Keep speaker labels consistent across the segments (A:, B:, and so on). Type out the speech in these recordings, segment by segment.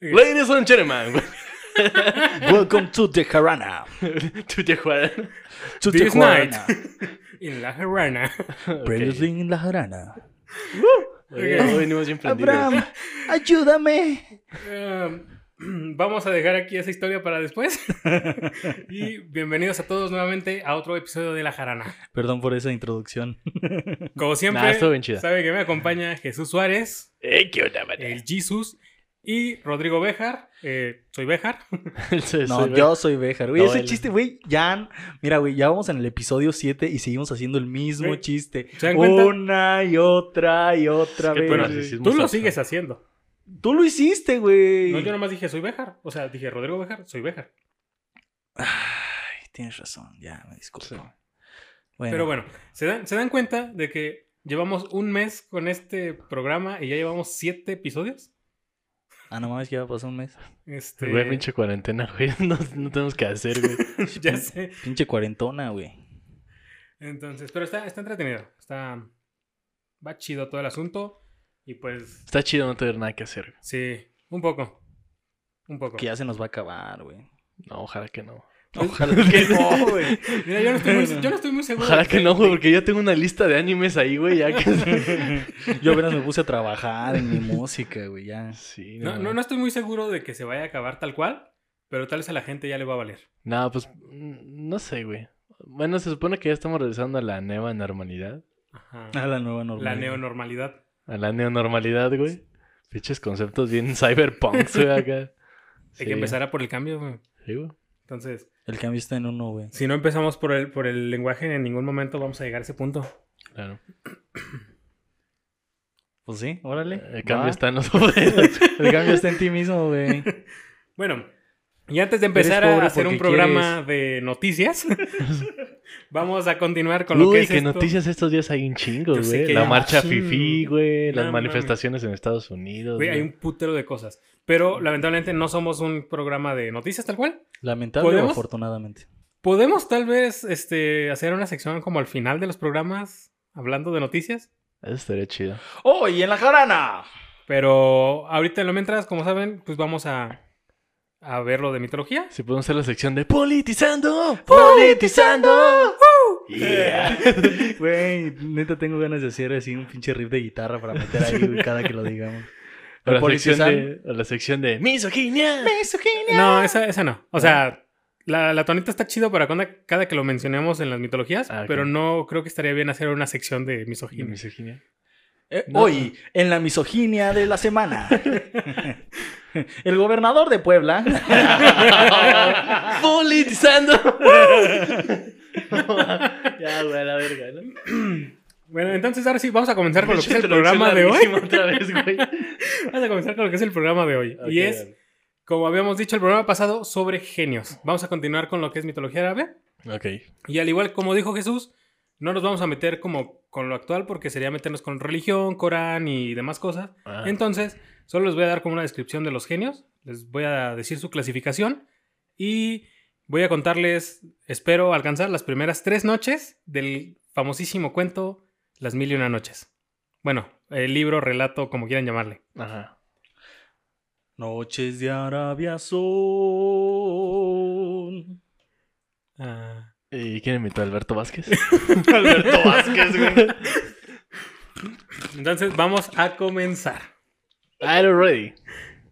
A: Ladies and gentlemen,
B: Welcome to the Harana.
A: to the Juan.
B: To the
C: This night
B: Harana.
C: in La Jarana.
B: Previously in la Harana.
A: Hoy hoy venimos bien prendidos.
B: Abraham, ayúdame.
C: Um, vamos a dejar aquí esa historia para después. y bienvenidos a todos nuevamente a otro episodio de La Jarana.
B: Perdón por esa introducción.
C: Como siempre,
A: Nah, Ah, estuvo bien chida.
C: sabe que me acompaña Jesús Suárez,
A: ¡Ey, qué onda, man?
C: el Jesus, y Rodrigo Béjar. Eh, soy Béjar.
A: Sí,
B: No,
A: sí,
B: yo soy Béjar. Güey,
A: No,
B: ese
A: él-
B: chiste, güey, ya. Mira, güey, ya vamos en el episodio 7 y seguimos haciendo el mismo
C: Güey,
B: chiste.
C: ¿se dan cuenta?
B: Una y otra y otra
A: Es que
B: vez.
A: tú
C: Bueno,
A: narcisismo
C: tú lo
A: sexual.
C: sigues haciendo.
B: Tú lo hiciste, güey.
C: No, yo nomás dije soy Béjar. O sea, dije Rodrigo Béjar, soy Béjar.
B: Ay, tienes razón, ya, me disculpo. Bueno,
C: Pero bueno, ¿se dan, ¿se dan cuenta de que llevamos un mes con este programa y ya llevamos siete episodios?
B: Ah, no mames, que ya pasó un mes.
C: Este,
A: Güey, pinche cuarentena, güey. No, no tenemos que hacer, güey.
C: ya sé.
B: Pinche cuarentona, güey.
C: Entonces, pero está, está entretenido. Está. Va chido todo el asunto. Y pues,
A: Está chido no tener nada que hacer. güey.
C: sí, un poco. Un poco.
B: Que ya se nos va a acabar, güey.
A: No, ojalá que no.
B: Ojalá que no, güey.
C: Mira, yo no estoy muy, yo no estoy muy seguro.
A: Ojalá
C: de
A: que no, güey, porque yo tengo una lista de animes ahí, güey, ya que...
B: Yo apenas me puse a trabajar en mi música, güey, ya.
A: Sí,
C: No, no, no estoy muy seguro de que se vaya a acabar tal cual. Pero tal vez a la gente ya le va a valer.
A: No, pues, mm, no sé, güey. Bueno, se supone que ya estamos regresando a la nueva normalidad. Ah,
C: Ajá.
B: A Ah, la nueva normalidad.
C: La neonormalidad.
A: A la neonormalidad, güey. Pinches conceptos bien cyberpunks, güey, acá.
C: Hay que empezar a por el cambio. güey.
A: Sí, güey.
C: Entonces,
B: El cambio está en uno, güey.
C: si no empezamos por el, por el lenguaje, en ningún momento vamos a llegar a ese punto.
A: Claro.
B: Pues sí, órale.
A: El cambio
B: va.
A: está en los poderes.
B: El cambio está en ti mismo, güey.
C: Bueno, y antes de empezar
B: Eres
C: a
B: pobre
C: hacer un
B: porque
C: programa de noticias, vamos a continuar con lo
A: Uy,
C: que
A: que,
C: es esto.
A: noticias estos días hay un chingo,
C: Yo sé
A: güey.
C: que
A: La
C: hay un
A: marcha
B: chingo.
A: fifí, güey.
C: No mames.
A: Las manifestaciones en Estados Unidos.
C: Güey, hay
A: güey.
C: un putero de cosas. Pero lamentablemente no somos un programa de noticias tal cual.
B: Lamentable o
C: ¿Podemos?
B: afortunadamente.
C: Podemos tal vez este, hacer una sección como al final de los programas hablando de noticias.
A: Eso estaría chido.
B: ¡Oh, y en la jarana!
C: Pero ahorita en lo mientras, como saben, pues vamos a, a ver lo de mitología.
A: Si podemos hacer la sección de politizando. ¡Politizando! Yeah.
B: Güey, neta tengo ganas de hacer así un pinche riff de guitarra para meter ahí, güey, cada que lo digamos.
A: O la, sección
B: Politizando.
A: de, o la sección de misoginia.
C: No, esa, esa no. O sea, la, la tonita está chido para cuando, cada que lo mencionemos en las mitologías,
A: Ah, ok.
C: pero no creo que estaría bien hacer una sección de misoginia.
A: Misoginia.
B: Eh,
A: No.
B: Hoy, en la misoginia de la semana, el gobernador de Puebla.
A: ¡Politizando! ya, güey, la verga, ¿no?
C: Bueno, entonces ahora sí, vamos a comenzar con lo que es el
A: Pinche
C: programa de hoy.
A: larguísima Otra vez, güey.
C: Vamos a comenzar con lo que es el programa de hoy. y
A: Ok,
C: es, como habíamos dicho el programa pasado, sobre genios. Vamos a continuar con lo que es mitología árabe.
A: dale. Ok.
C: Y al igual como dijo Jesús, no nos vamos a meter como con lo actual porque sería meternos con religión, Corán y demás cosas.
A: Ah,
C: Entonces, solo les voy a dar como una descripción de los genios. Les voy a decir su clasificación. Y voy a contarles, espero alcanzar las primeras tres noches del famosísimo cuento Las Mil y Una Noches. Bueno, el libro, relato, como quieran llamarle.
A: Ajá.
B: Noches de Arabia son.
C: Ah,
A: ¿Y quién invitó a Alberto Vázquez?
B: Alberto Vázquez, güey.
C: Entonces, vamos a comenzar.
A: I'm already.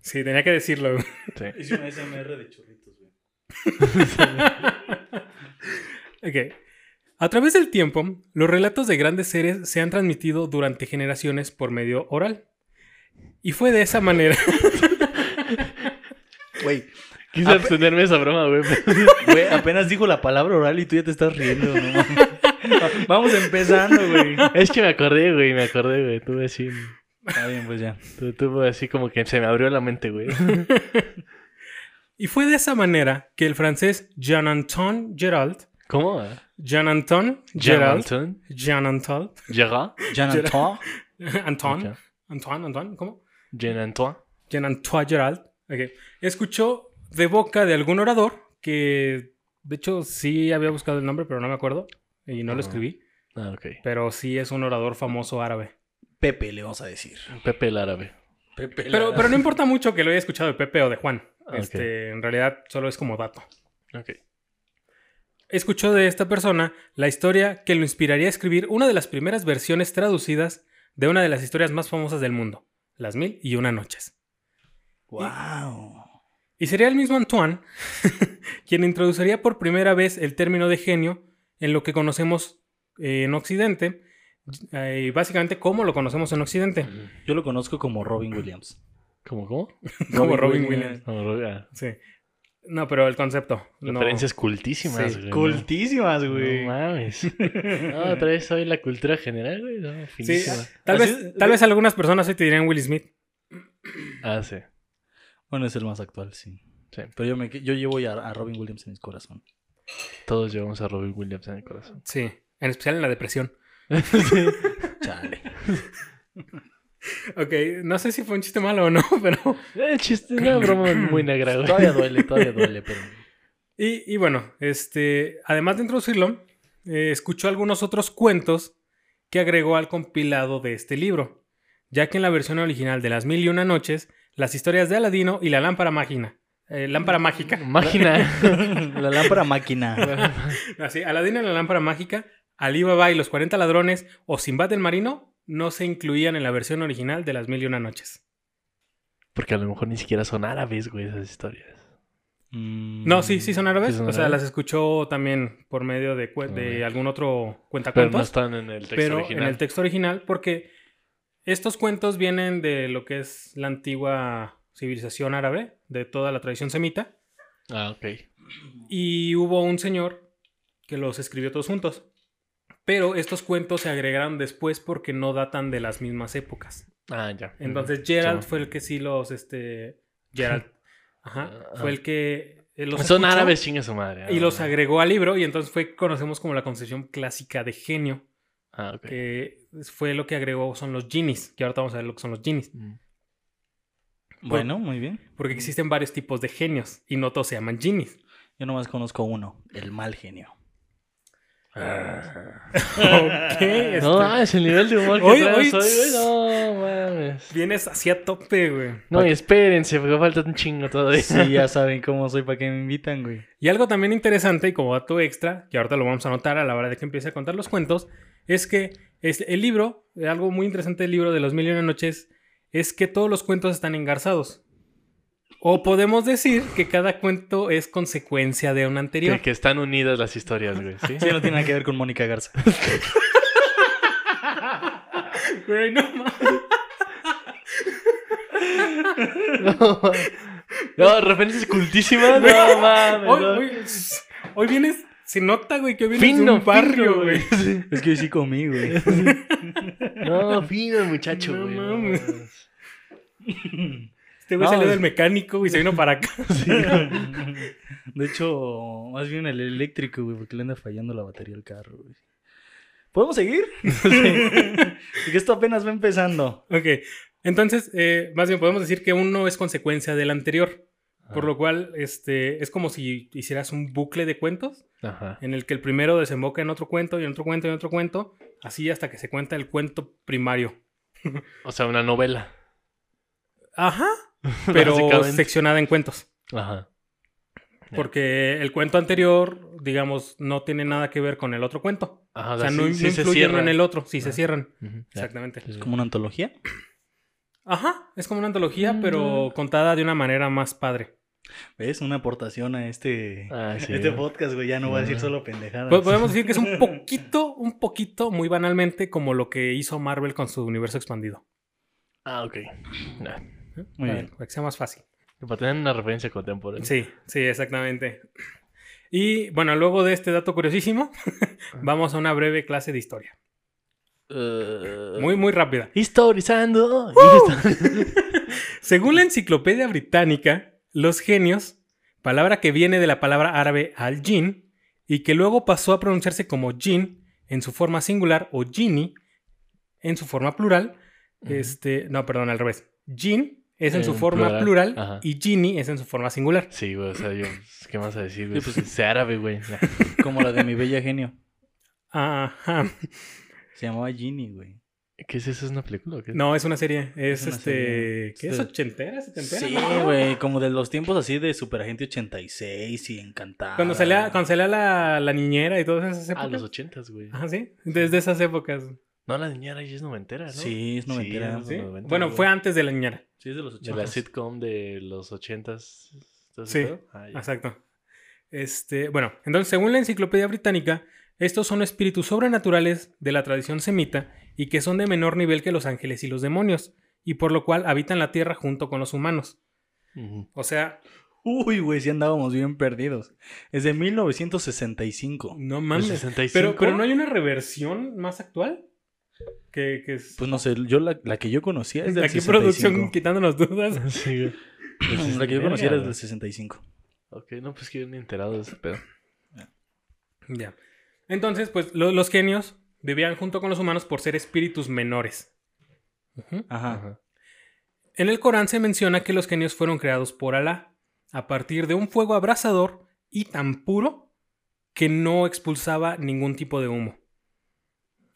C: Sí, tenía que decirlo.
A: Sí.
B: Hice una SMR de churritos, güey.
C: Ok. A través del tiempo, los relatos de grandes seres se han transmitido durante generaciones por medio oral. Y fue de esa manera.
B: Güey,
A: Quise
B: Ah,
A: abstenerme de esa broma, güey. pero-
B: güey, apenas dijo la palabra oral y tú ya te estás riendo, no mames. Vamos empezando, güey.
A: Es que me acordé, güey. Me acordé, güey. Tuve así.
B: Está bien, pues ya.
A: tu- Tuve así como que se me abrió la mente, güey.
C: Y fue de esa manera que el francés Jean-Anton Gerald,
A: ¿Cómo?
C: Jean-Anton Gerald,
A: ¿Gerald?
C: Jean-Anton,
A: ¿Gerald?
B: Jean Antoine.
C: Anton, Antoine, Antoine, ¿cómo?
A: ¿Jean Antoine?
C: Jean-Antoine Gerald, ok, escuchó de boca de algún orador que, de hecho, sí había buscado el nombre, pero no me acuerdo y no lo
A: Ajá.
C: escribí,
A: Ah, ok.
C: pero sí es un orador famoso árabe.
B: Pepe, le vamos a decir.
A: Pepe el árabe.
B: Pepe
C: Pero,
B: Lara.
C: pero no importa mucho que lo haya escuchado de Pepe o de Juan.
A: Ah,
C: Este, en realidad solo es como dato.
A: Ok.
C: Escuchó de esta persona la historia que lo inspiraría a escribir una de las primeras versiones traducidas de una de las historias más famosas del mundo, Las Mil y Una Noches.
B: Wow.
C: Y sería el mismo Antoine quien introduciría por primera vez el término de genio en lo que conocemos eh, en Occidente, eh, y básicamente como lo conocemos en Occidente,
B: Yo lo conozco como Robin Williams.
A: ¿Cómo, cómo?
C: como Robin Williams.
A: No, ro- ah,
C: Sí. No, pero el concepto. no.
A: Referencias cultísimas,
B: Sí,
A: güey. ¿no?
B: cultísimas, güey.
A: No mames. No, otra vez hoy la cultura general, güey. No,
C: Sí, eh,
A: finísima.
C: tal,
B: Así
C: vez,
B: es-
C: tal vez algunas personas hoy te dirían Will Smith.
A: Ah, sí.
B: bueno, es el más actual, sí.
A: Sí.
B: Pero yo, me, yo llevo ya a Robin Williams en mi corazón.
A: Todos llevamos a Robin Williams en el corazón.
C: Sí, en especial en la depresión.
A: Sí.
B: Chale.
C: Ok, no sé si fue un chiste malo o no, pero...
A: Eh, chiste, una broma muy negra, güey.
B: todavía duele, todavía duele, pero...
C: Y, y bueno, este, además de introducirlo, eh, escuchó algunos otros cuentos que agregó al compilado de este libro, ya que en la versión original de Las Mil y Una Noches, las historias de Aladino y la lámpara mágica. eh, lámpara mágica.
A: Máquina.
B: La lámpara máquina.
C: Así, Aladino y la lámpara mágica, Ali Baba y los 40 ladrones o Simbad el marino no se incluían en la versión original de Las Mil y Una Noches.
A: Porque a lo mejor ni siquiera son árabes, güey, esas historias.
B: Mm.
C: No, sí, sí son árabes.
A: Sí son
C: o sea,
A: árabes.
C: las escuchó también por medio de, cue- de
A: Ah.
C: algún otro
A: Pero no
C: cuentacuentos.
A: están en el texto
C: pero
A: original.
C: en el texto original, porque estos cuentos vienen de lo que es la antigua civilización árabe, de toda la tradición semita,
A: Ah, ok.
C: y hubo un señor que los escribió todos juntos. Pero estos cuentos se agregaron después porque no datan de las mismas épocas.
A: Ah, ya.
C: Entonces Gerald
A: Sí.
C: fue el que sí los, este, Gerald, ajá,
A: Ah.
C: fue el que eh, los
A: son
C: escuchó
A: árabes, chingue su madre.
C: y
A: Ah,
C: los
A: ah.
C: agregó al libro y entonces fue conocemos como la concepción clásica de genio
A: Ah, ok.
C: que fue lo que agregó son los genies, que ahorita vamos a ver lo que son los genies,
A: Mm.
B: Bueno, muy bien.
C: porque existen varios tipos de genios y no todos se llaman genies.
B: Yo nomás conozco uno, el mal genio.
C: Ok, Ah, este,
A: Ah, No mames, el nivel de humor que
C: Hoy-
A: traes
C: hoy-
A: hoy, güey. No mames.
C: vienes hacia tope, güey.
A: No, y espérense, porque falta un chingo todavía.
B: Sí, ya saben cómo soy, para qué me invitan, güey.
C: Y algo también interesante y como dato extra, que ahorita lo vamos a notar a la hora de que empiece a contar los cuentos, es que es el libro, algo muy interesante del libro de los mil y una noches, es que todos los cuentos están engarzados. O podemos decir que cada cuento es consecuencia de un anterior.
A: Que, que están unidas las historias, güey. ¿sí?
B: Sí, no tiene nada que ver con Mónica Garza.
C: Güey, no mames.
A: No, mames. no, referencias cultísimas. No mames.
C: Hoy,
A: no.
C: hoy- hoy vienes, se nota, güey, que hoy vienes de
A: Fino,
C: un barrio,
A: fino,
C: güey.
A: Sí.
B: Es que hoy sí comí, güey.
A: No, fino, muchacho,
C: No
A: güey. no
C: mames.
A: mames.
C: Este güey
B: No,
C: salió
B: es-
C: del mecánico, güey, se vino para acá.
B: De hecho, más bien el eléctrico, güey, porque le anda fallando la batería al carro, güey. ¿Podemos seguir? Porque esto apenas va empezando.
C: Ok, entonces, eh, más bien podemos decir que uno es consecuencia del anterior.
A: Ah.
C: Por lo cual, este, es como si hicieras un bucle de cuentos
A: Ajá.
C: en el que el primero desemboca en otro cuento y en otro cuento y en otro cuento, así hasta que se cuenta el cuento primario.
A: O sea, una novela.
C: Ajá, pero
A: Básicamente.
C: seccionada en cuentos.
A: Ajá. Ya.
C: Porque el cuento anterior, digamos, no tiene nada que ver con el otro cuento.
A: Ajá,
C: O sea,
A: sí-
C: no,
A: sí
C: no
A: se
C: influyen
A: cierra. Ah.
C: en el otro, sí se
A: Ajá.
C: cierran.
A: Ujú, ya.
C: Exactamente.
A: Sí, sí.
B: ¿Como una antología?
C: Ajá, es como una antología,
A: Mm.
C: pero contada de una manera más padre.
B: ¿Ves? Una aportación a este,
A: Ah, sí.
B: este
A: güey.
B: podcast, güey. Ya no voy a decir
A: Ah.
B: solo pendejadas.
C: Po- Pues Podemos decir que es un poquito, un poquito, muy banalmente, como lo que hizo Marvel con su universo expandido.
A: Ah, ok. Nah. Ah.
B: Muy
C: Para-
B: bien.
C: Para que sea más fácil.
A: Para tener una referencia contemporánea.
C: Sí, sí, exactamente. Y bueno, luego de este dato curiosísimo, vamos a una breve clase de historia. Muy, muy rápida.
A: Eh, Historizando.
C: Según la enciclopedia británica, los genios, palabra que viene de la palabra árabe al-jin y que luego pasó a pronunciarse como jin en su forma singular o jinni en su forma plural,
A: Ujú.
C: este, no, perdón, al revés. Jin es en su
A: En
C: forma
A: plural,
C: plural,
A: ajá.
C: y jinni es en su forma singular.
A: Sí, güey, o sea, yo. ¿Qué más a decir, güey?
B: Sí,
A: pues, se árabe, güey. Nah.
B: Como la de mi bella genio.
C: Ajá.
B: Se llamaba Ginny, güey.
A: ¿Qué es eso? ¿Es una película o qué?
C: No, es una serie. Es,
B: Es una
C: este.
B: serie.
C: ¿Qué es?
B: Sí.
C: ¿Ochentera? ¿Setentera?
B: Sí,
C: ¿no?
B: güey, como de los tiempos así de Superagente 86 y Encantada.
C: Cuando salía, cuando salía la, la niñera y todas esas
A: A
C: épocas.
A: Ah, los ochentas, güey.
C: Ajá, sí. Desde esas épocas.
A: No, la niñera ya es noventera, ¿no?
B: Sí, es noventera.
A: Sí,
C: ¿sí?
A: Los noventa,
C: Bueno,
A: güey.
C: fue antes de la niñera.
B: Sí, es de los 80.
A: De la sitcom de los ochentas. ¿todo ese
C: Sí,
A: pedo? Ah, ya.
C: Exacto. Este, bueno, entonces, según la Enciclopedia Británica, estos son espíritus sobrenaturales de la tradición semita y que son de menor nivel que los ángeles y los demonios, y por lo cual habitan la tierra junto con los humanos.
A: Ujú.
C: O sea,
B: Uy, güey, sí andábamos bien perdidos. Es de 1965.
C: no
A: ¿El
C: mames.
A: 65?
C: Pero, pero no hay una reversión más actual que, que es.
B: Pues no sé, yo la, la que yo conocía es del
C: Aquí
B: 65.
C: producción quitándonos dudas.
A: Sí, güey. Pues,
B: La que yo
A: verga,
B: conocía era
A: güey.
B: del 65.
A: Ok, no, pues que yo ni enterado de ese pedo.
C: Ya. Entonces, pues lo- los genios vivían junto con los humanos por ser espíritus menores. Ujú.
B: Ajá.
A: Ajá.
C: En el Corán se menciona que los genios fueron creados por Alá a partir de un fuego abrasador y tan puro que no expulsaba ningún tipo de humo.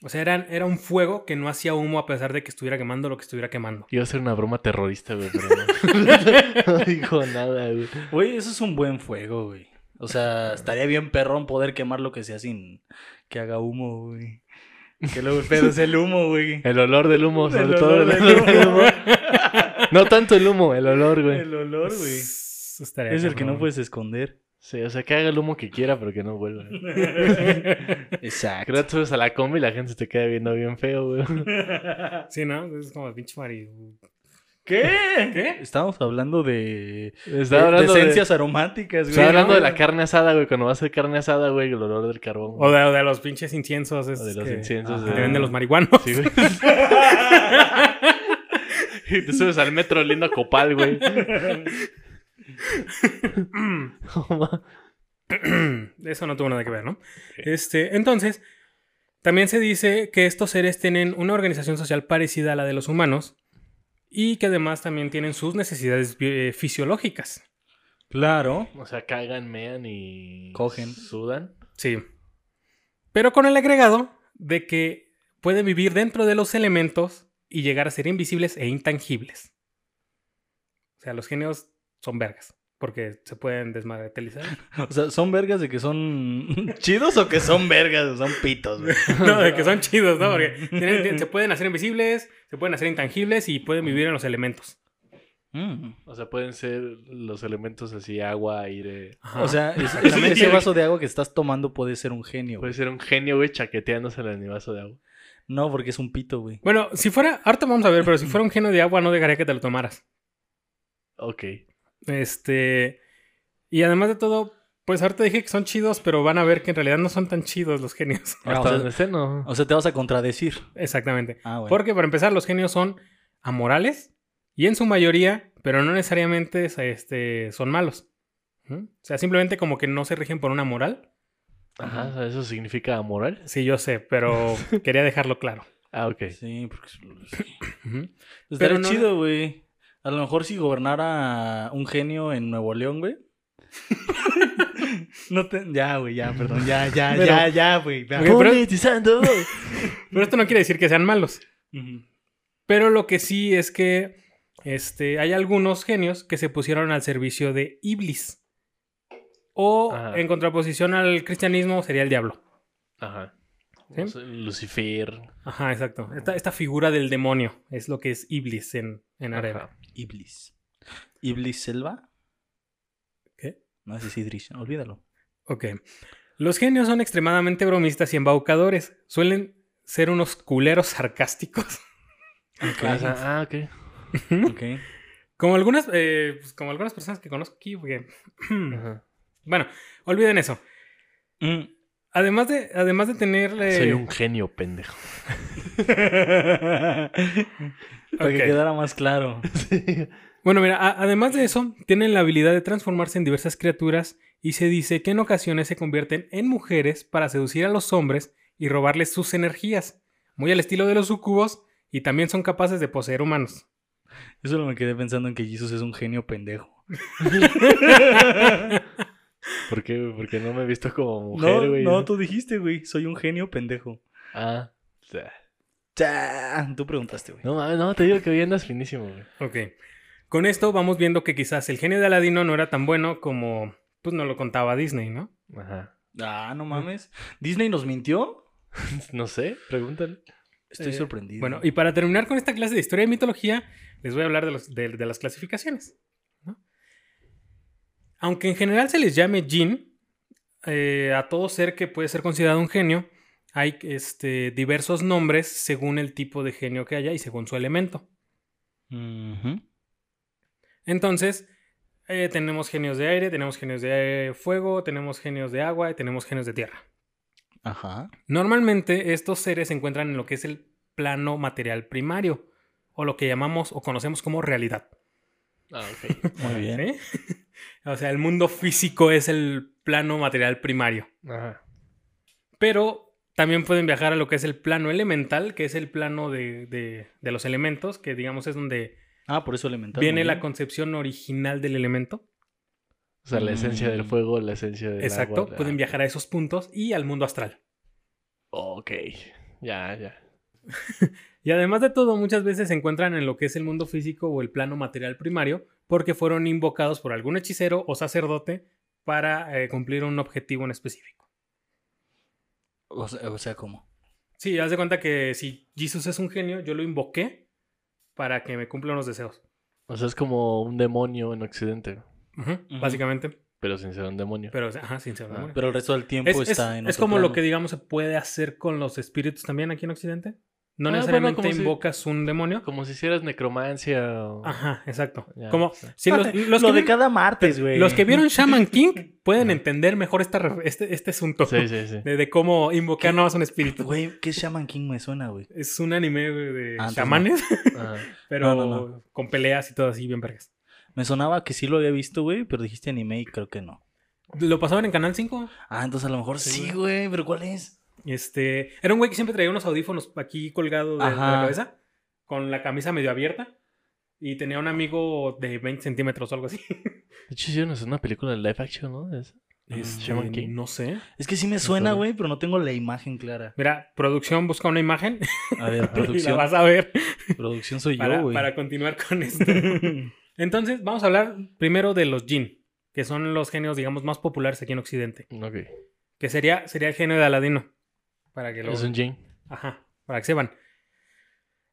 C: O sea, eran, era un fuego que no hacía humo a pesar de que estuviera quemando lo que estuviera quemando.
A: Iba a ser una broma terrorista, güey, pero no. no dijo nada, güey.
B: Güey, eso es un buen fuego, güey. O sea, estaría bien perrón poder quemar lo que sea sin que haga humo, güey. Que luego el pedo es el humo, güey.
A: El olor del humo,
B: El
A: sobre todo
B: olor
A: el
B: del
A: olor del
B: humo.
A: humo. No tanto el humo, el olor, güey.
B: El olor, güey.
C: Eso estaría
B: Es el que no
C: cabrón.
B: puedes esconder.
A: Sí, o sea, que haga el humo que quiera, pero que no vuelva. Creo
B: Exacto.
A: que subes a la combi y la gente se te queda viendo bien feo, güey.
C: Sí, ¿no? Es como el pinche mari-
B: ¿Qué?
C: ¿Qué?
B: Estábamos hablando de, de-
A: Estaba
B: de
A: hablando de,
B: esencias aromáticas, güey.
A: estaba hablando de la
B: cara.
A: carne asada, güey. Cuando vas a hacer carne asada, güey, el olor del carbón.
C: O
A: güey.
C: de, o de los pinches inciensos.
A: O de los
C: que-
A: inciensos.
C: que
A: de-
B: Ajá.
C: te venden los marihuanos.
A: Sí, güey. Y te subes al metro oliendo a copal, güey.
C: Mm, Eso no tuvo nada que ver, ¿no? Este, entonces, también se dice que estos seres tienen una organización social parecida a la de los humanos y que además también tienen sus necesidades bi- eh, fisiológicas.
B: Claro.
A: o sea, cagan, mean y...
B: Cogen.
A: Sudan.
C: Sí. Pero con el agregado de que pueden vivir dentro de los elementos y llegar a ser invisibles e intangibles. O sea, los genios son vergas. Porque se pueden desmaterializar.
B: O sea, ¿son vergas de que son chidos o que son vergas o son pitos, güey?
C: No, de que son chidos, ¿no? Porque tienen- tienen- se pueden hacer invisibles, se pueden hacer intangibles y pueden vivir en los elementos.
B: Mm.
A: O sea, pueden ser los elementos así, agua, aire.
B: O sea, es- también ese vaso de agua que estás tomando puede ser un genio. güey.
A: Puede ser un genio, güey, chaqueteándose en el vaso de agua.
B: No, porque es un pito, güey.
C: Bueno, si fuera, ahorita vamos a ver, pero si fuera un genio de agua, no dejaría que te lo tomaras.
A: Ok.
C: Este. Y además de todo, pues ahorita dije que son chidos, pero van a ver que en realidad no son tan chidos los genios.
B: Ah,
A: Hasta
B: o sea-
A: donde esté, no.
B: O sea, te vas a contradecir.
C: Exactamente.
B: Ah, bueno.
C: Porque para empezar, los genios son amorales y en su mayoría, pero no necesariamente este, son malos. ¿Mm? O sea, simplemente como que no se rigen por una moral.
A: Ajá, o sea, eso significa moral.
C: Sí, yo sé, pero quería dejarlo claro.
A: Ah, ok.
B: Sí, porque pues,
C: Ujú.
B: estaría
C: Pero no-
B: chido, güey. A lo mejor si gobernara un genio en Nuevo León, güey. no te... Ya, güey, ya, perdón. Ya, ya,
C: Pero-
B: ya, ya, güey. ya.
C: Güey, pero-
A: Politizando.
C: Pero esto no quiere decir que sean malos.
B: Ujú.
C: Pero lo que sí es que este, hay algunos genios que se pusieron al servicio de Iblis. O
A: Ajá.
C: en contraposición al cristianismo sería el diablo.
A: Ajá.
C: ¿Sí?
A: O sea, Lucifer.
C: Ajá, exacto. Esta, esta figura del demonio es lo que es Iblis en, en árabe.
A: Ajá.
B: Iblis. ¿Iblis Selva?
C: ¿Qué?
B: No sé si Idris, olvídalo.
C: Ok. Los genios son extremadamente bromistas y embaucadores. Suelen ser unos culeros sarcásticos.
A: Ah, o sea, ah, ok.
B: Ok.
C: Como algunas, eh, pues, como algunas personas que conozco aquí. porque-
A: Ajá.
C: bueno, olviden eso.
B: Mm.
C: Además de, además de tener... eh,
A: Soy un genio, pendejo.
B: Para
C: Ok.
B: que quedara más claro.
C: Bueno, mira, a- además de eso, tienen la habilidad de transformarse en diversas criaturas y se dice que en ocasiones se convierten en mujeres para seducir a los hombres y robarles sus energías, muy al estilo de los sucubos y también son capaces de poseer humanos.
B: Yo solo me quedé pensando en que Jesus es un genio pendejo.
A: ¿Por qué? güey? Porque no me he visto como
B: No,
A: mujer, güey.
B: no, tú dijiste, güey, soy un genio pendejo.
A: Ah. o sea,
B: Cha, Tú preguntaste, güey.
A: No, mames, no, te digo que hoy andas finísimo, güey.
C: Ok. Con esto vamos viendo que quizás el genio de Aladino no era tan bueno como pues nos lo contaba Disney, ¿no?
A: Ajá.
B: Ah, no mames. ¿Disney nos mintió?
A: No sé, pregúntale.
B: Estoy
C: Eh,
B: sorprendido.
C: Bueno, y para terminar con esta clase de historia y mitología, les voy a hablar de, los- de- de las clasificaciones. ¿no? Aunque en general se les llame Jin, eh, a todo ser que puede ser considerado un genio, hay este, diversos nombres según el tipo de genio que haya y según su elemento.
B: Ujú.
C: Entonces, eh, tenemos genios de aire, tenemos genios de eh, fuego, tenemos genios de agua y tenemos genios de tierra.
B: Ajá.
C: Normalmente estos seres se encuentran en lo que es el plano material primario, o lo que llamamos o conocemos como realidad.
A: Ah, ok.
B: Muy bien.
C: ¿sí? o sea, el mundo físico es el plano material primario.
A: Ajá.
C: Pero también pueden viajar a lo que es el plano elemental, que es el plano de, de- de los elementos, que digamos es donde
B: Ah, por eso elemental.
C: viene
B: muy
C: la
B: bien.
C: concepción original del elemento.
A: O sea, la esencia del
B: Mm.
A: fuego, la esencia del
C: Exacto,
A: agua, la-
B: ah,
C: pueden viajar a esos puntos y al mundo astral.
A: Ok. Ya, ya.
C: Y además de todo, muchas veces se encuentran en lo que es el mundo físico o el plano material primario porque fueron invocados por algún hechicero o sacerdote para eh, cumplir un objetivo en específico.
B: O sea, o sea, ¿cómo?
C: Sí, haz de cuenta que si Jesús es un genio, yo lo invoqué para que me cumpla unos deseos.
A: O sea, es como un demonio en Occidente,
C: Ujú,
B: Ujú.
C: Básicamente.
A: pero sin ser un demonio.
C: Pero, ajá, sin ser
A: Ah,
C: demonio.
B: Pero el resto del tiempo
C: es, es-
B: pues, está en
C: es
B: otro
C: como
B: plano.
C: lo que, digamos, se puede hacer con los espíritus también aquí en Occidente. No
A: Ah, bueno,
C: necesariamente
A: como si-
C: invocas un demonio.
A: Como si hicieras necromancia o...
C: Ajá, exacto.
A: Ya,
C: como
A: sí.
C: si los, los
B: Ah, Lo
C: que
B: de
C: ven-
B: cada martes, güey.
C: Los que vieron Shaman King pueden entender mejor esta, re- este, este asunto
A: Ah. Sí, sí, sí.
C: De, de cómo invocar nada más un espíritu.
B: Güey, ¿qué Shaman King me suena, güey?
C: Es un anime güey, de
B: Ah, entonces
C: chamanes,
A: Ajá.
C: pero
B: No, no, no.
C: con peleas y todo así, bien vergas.
B: Me sonaba que sí lo había visto, güey, pero dijiste anime y creo que no.
C: Lo pasaban en Canal 5.
B: Ah, entonces a lo mejor
C: Sí,
B: sí, güey, pero ¿cuál es?
C: Este, era un güey que siempre traía unos audífonos aquí colgados de, de la
B: Ajá.
C: cabeza, con la camisa medio abierta. Y tenía un amigo de 20 centímetros o algo así.
A: De hecho, hicieron hasta una película de live action, ¿no? De esa.
C: Este,
A: Mm, Shaman King.
C: No sé.
B: Es que sí me suena,
A: suena.
B: güey, pero no tengo la imagen clara.
C: Mira, producción busca una imagen
B: A ver,
C: y la
B: producción.
C: vas a ver
B: Producción soy
C: para,
B: yo, güey.
C: para continuar con esto. Entonces, vamos a hablar primero de los Jin, que son los genios, digamos, más populares aquí en Occidente.
A: Ok.
C: Que sería, sería el genio de Aladino. Para que lo.
A: Es un Jin.
C: Ajá, para que sepan.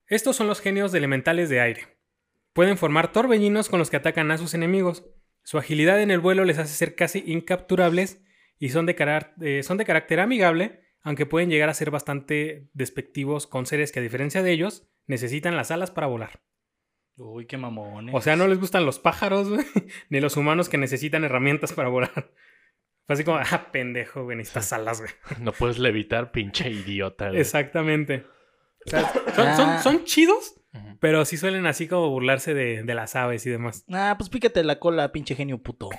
C: Estos son los genios de elementales de aire. Pueden formar torbellinos con los que atacan a sus enemigos. Su agilidad en el vuelo les hace ser casi incapturables y son de, carar- eh, son de carácter amigable, aunque pueden llegar a ser bastante despectivos con seres que, a diferencia de ellos, necesitan las alas para volar.
B: Uy, qué mamones.
C: O sea, no les gustan los pájaros, güey, ni los humanos que necesitan herramientas para volar. Fue así como, ah, pendejo, güey, necesitas alas, güey.
A: No puedes levitar, pinche idiota. güey.
C: Exactamente. O sea, son, son- son chidos,
A: Ujú.
C: pero sí suelen así como burlarse de, de las aves y demás.
B: Ah, pues pícate la cola, pinche genio puto.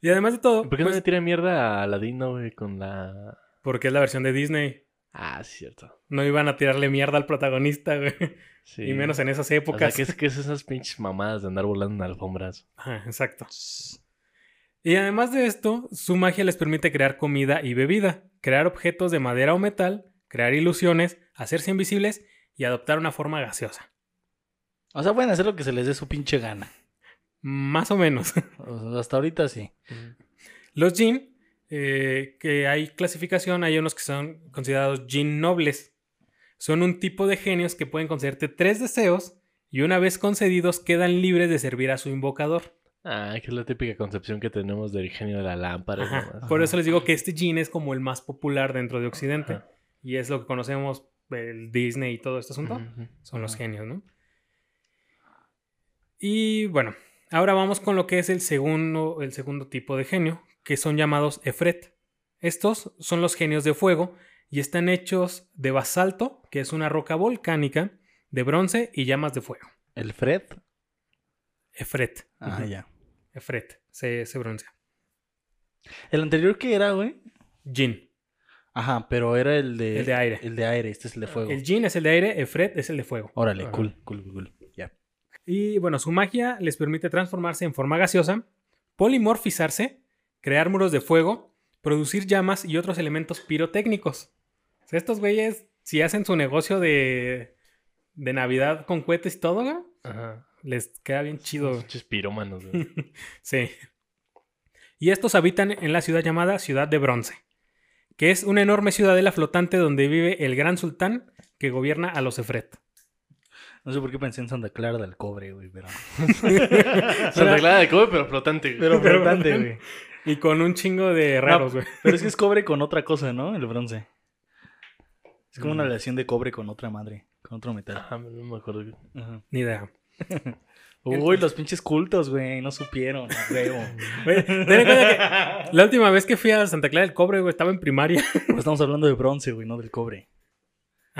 C: Y además de todo,
A: ¿Por qué no
C: pues,
A: le tira mierda a Aladino, güey, con la...
C: porque es la versión de Disney.
A: Ah, sí, cierto.
C: No iban a tirarle mierda al protagonista, güey.
A: Sí.
C: Y menos en esas
A: O sea,
C: épocas.
A: que es, que es esas pinches mamadas de andar volando en alfombras.
C: Ajá, exacto. Y además de esto, su magia les permite crear comida y bebida, crear objetos de madera o metal, crear ilusiones, hacerse invisibles y adoptar una forma gaseosa.
B: O sea, pueden hacer lo que se les dé su pinche gana.
C: Más o menos.
B: O sea, hasta ahorita sí.
C: Los jin, eh, que hay clasificación, hay unos que son considerados jin nobles. Son un tipo de genios que pueden concederte tres deseos y una vez concedidos quedan libres de servir a su invocador.
A: Ah, que es la típica concepción que tenemos del genio de la lámpara. y
C: Ajá.
A: demás.
C: Por eso les digo que este jin es como el más popular dentro de Occidente.
A: Ajá.
C: Y es lo que conocemos, el Disney y todo este asunto.
A: Ujú.
C: Son los
B: Ajá.
C: genios, ¿no? Y bueno, ahora vamos con lo que es el segundo, el segundo tipo de genio, que son llamados Efret. Estos son los genios de fuego y están hechos de basalto, que es una roca volcánica, de bronce y llamas de fuego.
B: ¿El Fred?
C: Efret.
B: Ah,
C: Ujú.
B: ya.
C: Efret. Se, se broncea.
B: ¿El anterior qué era, güey?
C: Jin.
B: Ajá, pero era el de...
C: El de aire.
B: El de aire, este es el de fuego.
C: El Jin es el de aire, Efret es el de fuego.
B: Órale,
A: Ajá.
B: cool, cool, cool, cool. Ya.
C: Y bueno, su magia les permite transformarse en forma gaseosa, polimorfizarse, crear muros de fuego, producir llamas y otros elementos pirotécnicos. O sea, estos güeyes si hacen su negocio de, de Navidad con cohetes y todo, güey,
A: Ajá.
C: les queda bien chido.
A: Muchos pirómanos, güey.
C: Sí. Y estos habitan en la ciudad llamada Ciudad de Bronce, que es una enorme ciudadela flotante donde vive el gran sultán que gobierna a los Efret.
B: No sé por qué pensé en Santa Clara del Cobre, güey, pero...
A: Santa Clara de Cobre, pero flotante, güey.
B: Pero
C: Pero-
B: bastante, güey.
C: Y con un chingo de raros, güey.
B: Pero es que es cobre con otra cosa, ¿no? El bronce. Es como una
A: Mm.
B: relación de cobre con otra madre, con otro metal.
A: Ajá, no me acuerdo. güey.
B: Ajá.
C: Ni idea.
B: Uy, los pinches cultos, güey, no supieron, a huevo.
C: Güey, ten en cuenta que la última vez que fui a Santa Clara del Cobre, güey, estaba en primaria.
B: Pero Pues estamos hablando de bronce, güey, no del cobre.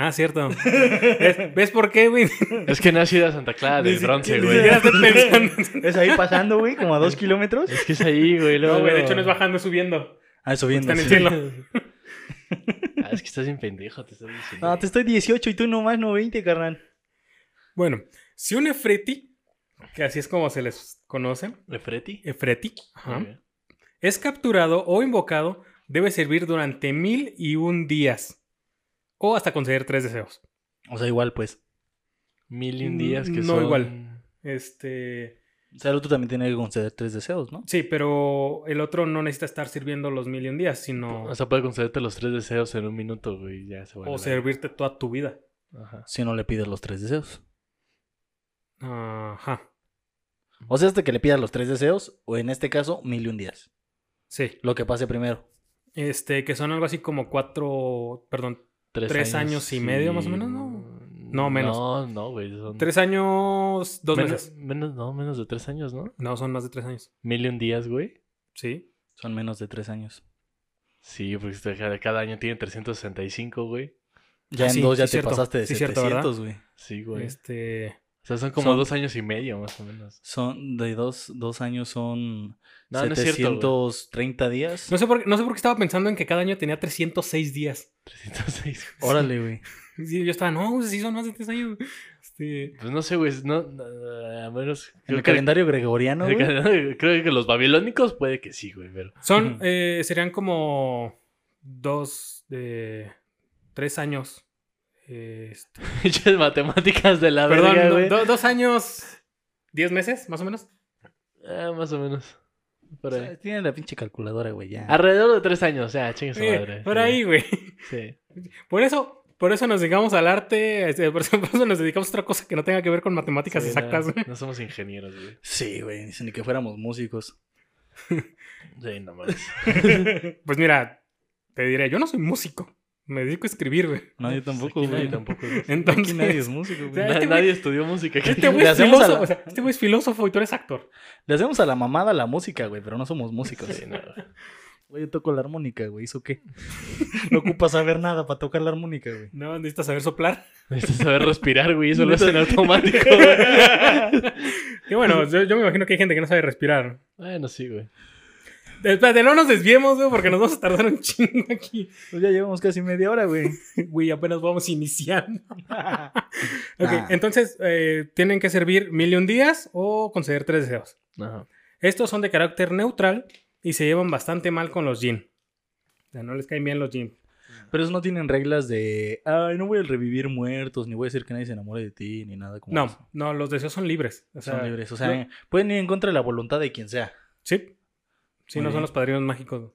C: Ah, cierto. ¿Ves, ves por qué, güey?
A: Es que no has ido a Santa
C: Ni
A: Clara Ah, del
C: si-
A: Bronce,
C: ni
A: güey.
C: siquiera estoy pensando.
B: Es ahí pasando, güey, como a dos kilómetros.
A: Es que es ahí, güey. luego-
C: No, güey, de hecho no es bajando, es subiendo.
B: Ah,
C: Está
B: subiendo.
C: en el
B: sí.
C: cielo.
A: Ah, es que estás bien pendejo, te estoy diciendo.
B: No, te estoy 18 y tú nomás no 20, carnal.
C: Bueno, si un Efreti, que así es como se les conoce,
A: ¿Lefreti?
C: Efreti, ajá,
A: Muy bien.
C: es capturado o invocado, debe servir durante mil y un días. O hasta conceder tres deseos.
B: O sea, igual, pues.
A: Mil y un días que
C: Mm, No,
A: son...
C: igual. Este.
B: O sea, el otro también tiene que conceder tres deseos, ¿no?
C: Sí, pero el otro no necesita estar sirviendo los mil y un días, sino.
A: O sea, puede concederte los tres deseos en un minuto, güey. Ya se vuelve
C: o
A: la-
C: servirte toda tu vida.
A: Ajá.
B: Si no le pides los tres deseos.
C: Ajá.
B: O sea, hasta que le pidas los tres deseos, o en este caso, mil y un días.
C: Sí.
B: Lo que pase primero.
C: Este, que son algo así como cuatro. Perdón. Tres años y medio, más o menos, ¿no? No, menos.
A: No, no, güey. Son...
C: Tres años. Dos
A: menos,
C: meses.
A: Menos, no, menos de tres años, ¿no?
C: No, son más de tres años.
A: Mil y un días, güey.
C: Sí.
B: Son menos de tres años.
A: Sí, porque este- cada, cada año tiene 365, güey.
B: Ya
C: Ah,
B: en
C: sí,
B: dos ya
C: sí,
B: te
C: cierto.
B: pasaste de
C: Sí, cierto,
B: 700, güey.
A: Sí, güey.
C: Este.
A: O sea, son como
B: son-
A: dos años y medio, más o menos.
B: Son de dos, dos años son
A: No, no es cierto, güey.
B: 730 días.
C: No sé, por, qué- no sé por qué estaba pensando en que cada año tenía 306 días.
A: 306. güey.
B: Órale, güey.
C: Sí, yo estaba, no, pues sí son más de tres años. Este.
A: Pues no sé, güey. No, no, a menos...
B: En el
A: creo que-
B: calendario gregoriano,
A: el
B: güey.
A: calendario- Creo que los babilónicos puede que sí, güey, pero...
C: Son.
B: Ujú.
C: eh, serían como. Dos. De. Tres años. Eh, este,
A: Pinches matemáticas de la
C: perdón,
A: verga,
C: do-
A: güey.
C: do- dos años. Diez meses, más o menos.
A: Ah, más o menos. Por ahí.
B: Tienen la pinche calculadora, güey, ya.
A: Alrededor de tres años, ya, chingue su
C: Eh,
A: madre.
C: por
A: Sí,
C: ahí, güey.
A: Sí.
C: Por eso, por eso nos dedicamos al arte, este, por eso, por eso nos dedicamos a otra cosa que no tenga que ver con matemáticas
A: Sí,
C: exactas.
A: No,
C: güey.
A: no somos ingenieros, güey.
B: Sí, güey. dicen ni que fuéramos músicos.
A: Sí, no mames.
C: Pues mira, te diré, yo no soy músico. Me dedico a escribir, güey.
B: No, yo tampoco,
A: Aquí nadie
B: güey.
A: tampoco,
B: Aquí
A: güey.
B: nadie
C: Entonces,
B: es músico,
C: O sea,
B: güey.
A: Na-
C: este güey-
A: nadie estudió música. aquí.
C: este güey
B: Le
C: es
B: hacemos a
C: filósofo,
B: la-
C: o sea, este güey es filósofo y tú eres actor.
B: Le hacemos a la mamada la música, güey, pero no somos músicos.
A: Sí, no, güey.
B: Güey, yo toco la armónica, güey. ¿Eso qué? No ocupas saber nada para tocar la armónica, güey.
C: No, necesitas saber soplar.
A: Necesitas saber respirar, güey. Eso lo hacen automático, güey.
C: Y bueno, yo, yo me imagino que hay gente que no sabe respirar.
A: Bueno, sí, güey.
C: Espérate, no nos desviemos, güey, porque nos vamos a tardar un chingo aquí.
B: Pues ya llevamos casi media hora, güey.
C: Güey, apenas vamos iniciando. Ok,
B: Ah.
C: entonces, eh, tienen que servir mil y un días o conceder tres deseos.
A: Ajá.
C: Estos son de carácter neutral y se llevan bastante mal con los Jin. O sea, no les caen bien los Jin.
B: Pero esos no tienen reglas de, ay, no voy a revivir muertos, ni voy a decir que nadie se enamore de ti, ni nada como eso.
C: No, no, los deseos son libres. O sea,
B: Son libres, o sea, eh,
C: yo-
B: pueden ir en contra de la voluntad de quien sea.
C: sí. Sí,
B: Muy
C: no son
B: bien.
C: los padrinos mágicos.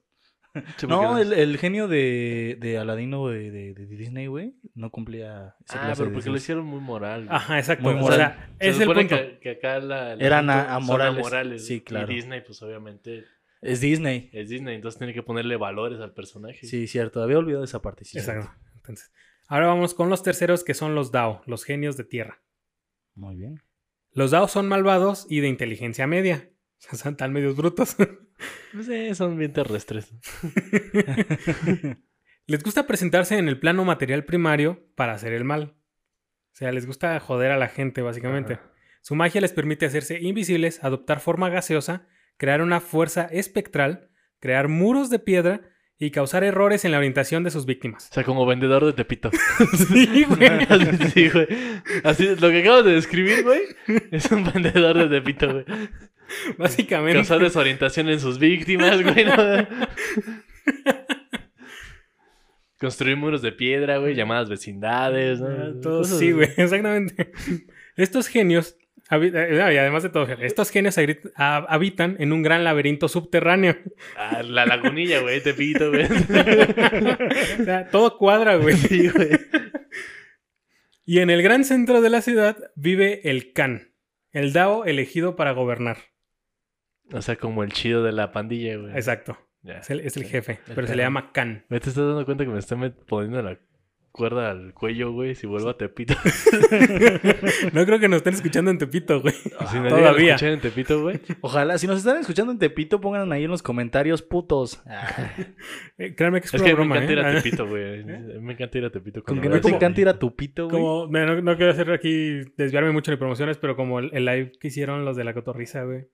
A: Sí, porque
B: No, el, el genio de, de Aladino de, de- de Disney, güey, no cumplía esa
A: Ah,
B: clase
A: pero
B: de
A: porque lo
B: deseos.
A: hicieron muy moral. güey.
C: Ajá, exacto.
B: Muy
C: o
B: moral.
C: sea,
A: Se
C: Ah, es el
A: supone
C: punto.
A: Que, que acá la, el
B: Eran
A: asunto
B: a-
A: son
B: amorales.
A: amorales,
B: Sí,
A: güey.
B: claro.
A: Y Disney, pues obviamente
B: Es Disney.
A: es Disney, entonces tiene que ponerle valores al personaje.
B: Sí, cierto, había olvidado esa parte. sí,
C: Exacto.
B: cierto.
C: Entonces, ahora vamos con los terceros que son los Dao, los genios de tierra.
B: Muy bien.
C: Los Dao son malvados y de inteligencia media. O sea, tan medios brutos.
A: Pues, eh, son bien terrestres.
C: Les gusta presentarse en el plano material primario para hacer el mal. O sea, les gusta joder a la gente, básicamente.
A: Ajá.
C: Su magia les permite hacerse invisibles, adoptar forma gaseosa, crear una fuerza espectral, crear muros de piedra y causar errores en la orientación de sus víctimas.
A: O sea, como vendedor de tepito.
C: Sí, güey.
A: Así, sí, güey. Así, lo que acabas de describir, güey, es un vendedor de tepito, güey.
C: Básicamente.
A: Causar desorientación en sus víctimas, güey. ¿no? Construir muros de piedra, güey, llamadas vecindades, ¿no?
C: Todos
A: Cosas
C: Ah, sí,
A: así.
C: güey, exactamente. Estos genios, habi- eh, no, y además de todo, estos genios agri- hab- habitan en un gran laberinto subterráneo.
A: Ah, la lagunilla, güey, te pito, güey.
C: O sea, todo cuadra, güey.
A: Sí, güey.
C: Y en el gran centro de la ciudad vive el Khan, el Dao elegido para gobernar.
A: O sea, como el chido de la pandilla, güey.
C: Exacto.
A: Ya.
C: Es el, es el jefe, pero se
A: perro.
C: le llama Khan.
A: ¿Me te estás dando cuenta que me está met- poniendo la cuerda al cuello, güey? Si vuelvo a Tepito.
C: No creo que nos estén escuchando en Tepito, güey.
A: si me
C: todavía.
A: escuchar en Tepito, güey.
B: Ojalá, si nos están escuchando en Tepito, pongan ahí en los comentarios, putos.
C: Eh, créanme que es,
A: Es
C: pura
A: que
C: broma,
A: me encanta
C: ¿eh?
A: ir a
C: Ah,
A: Tepito, güey. Me encanta ir a Tepito.
B: Con
A: cuando
B: que
A: voy
B: no
A: a
B: te
A: Tepito.
B: encanta ir a Tupito, güey.
C: Como, mira, no, no quiero hacer aquí desviarme mucho de promociones, pero como el, el live que hicieron los de la cotorriza, güey.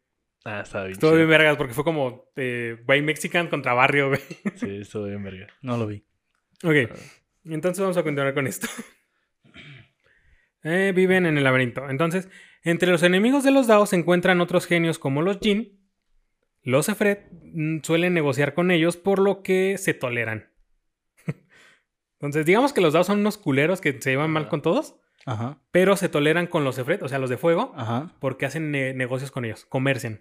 A: Ah, estaba bien.
C: Estuvo
A: chido.
C: bien vergas porque fue como eh, güey mexican contra barrio, güey.
A: Sí, estuvo bien, verga.
B: No lo vi.
C: Ok, entonces vamos a continuar con esto. Eh, viven en el laberinto. Entonces, entre los enemigos de los Daos se encuentran otros genios como los Jin. Los Efret mm, suelen negociar con ellos, por lo que se toleran. Entonces, digamos que los Daos son unos culeros que se llevan mal con todos,
B: Ajá,
C: pero se toleran con los Efret, o sea, los de fuego,
B: ajá.
C: porque hacen ne- negocios con ellos, comercian.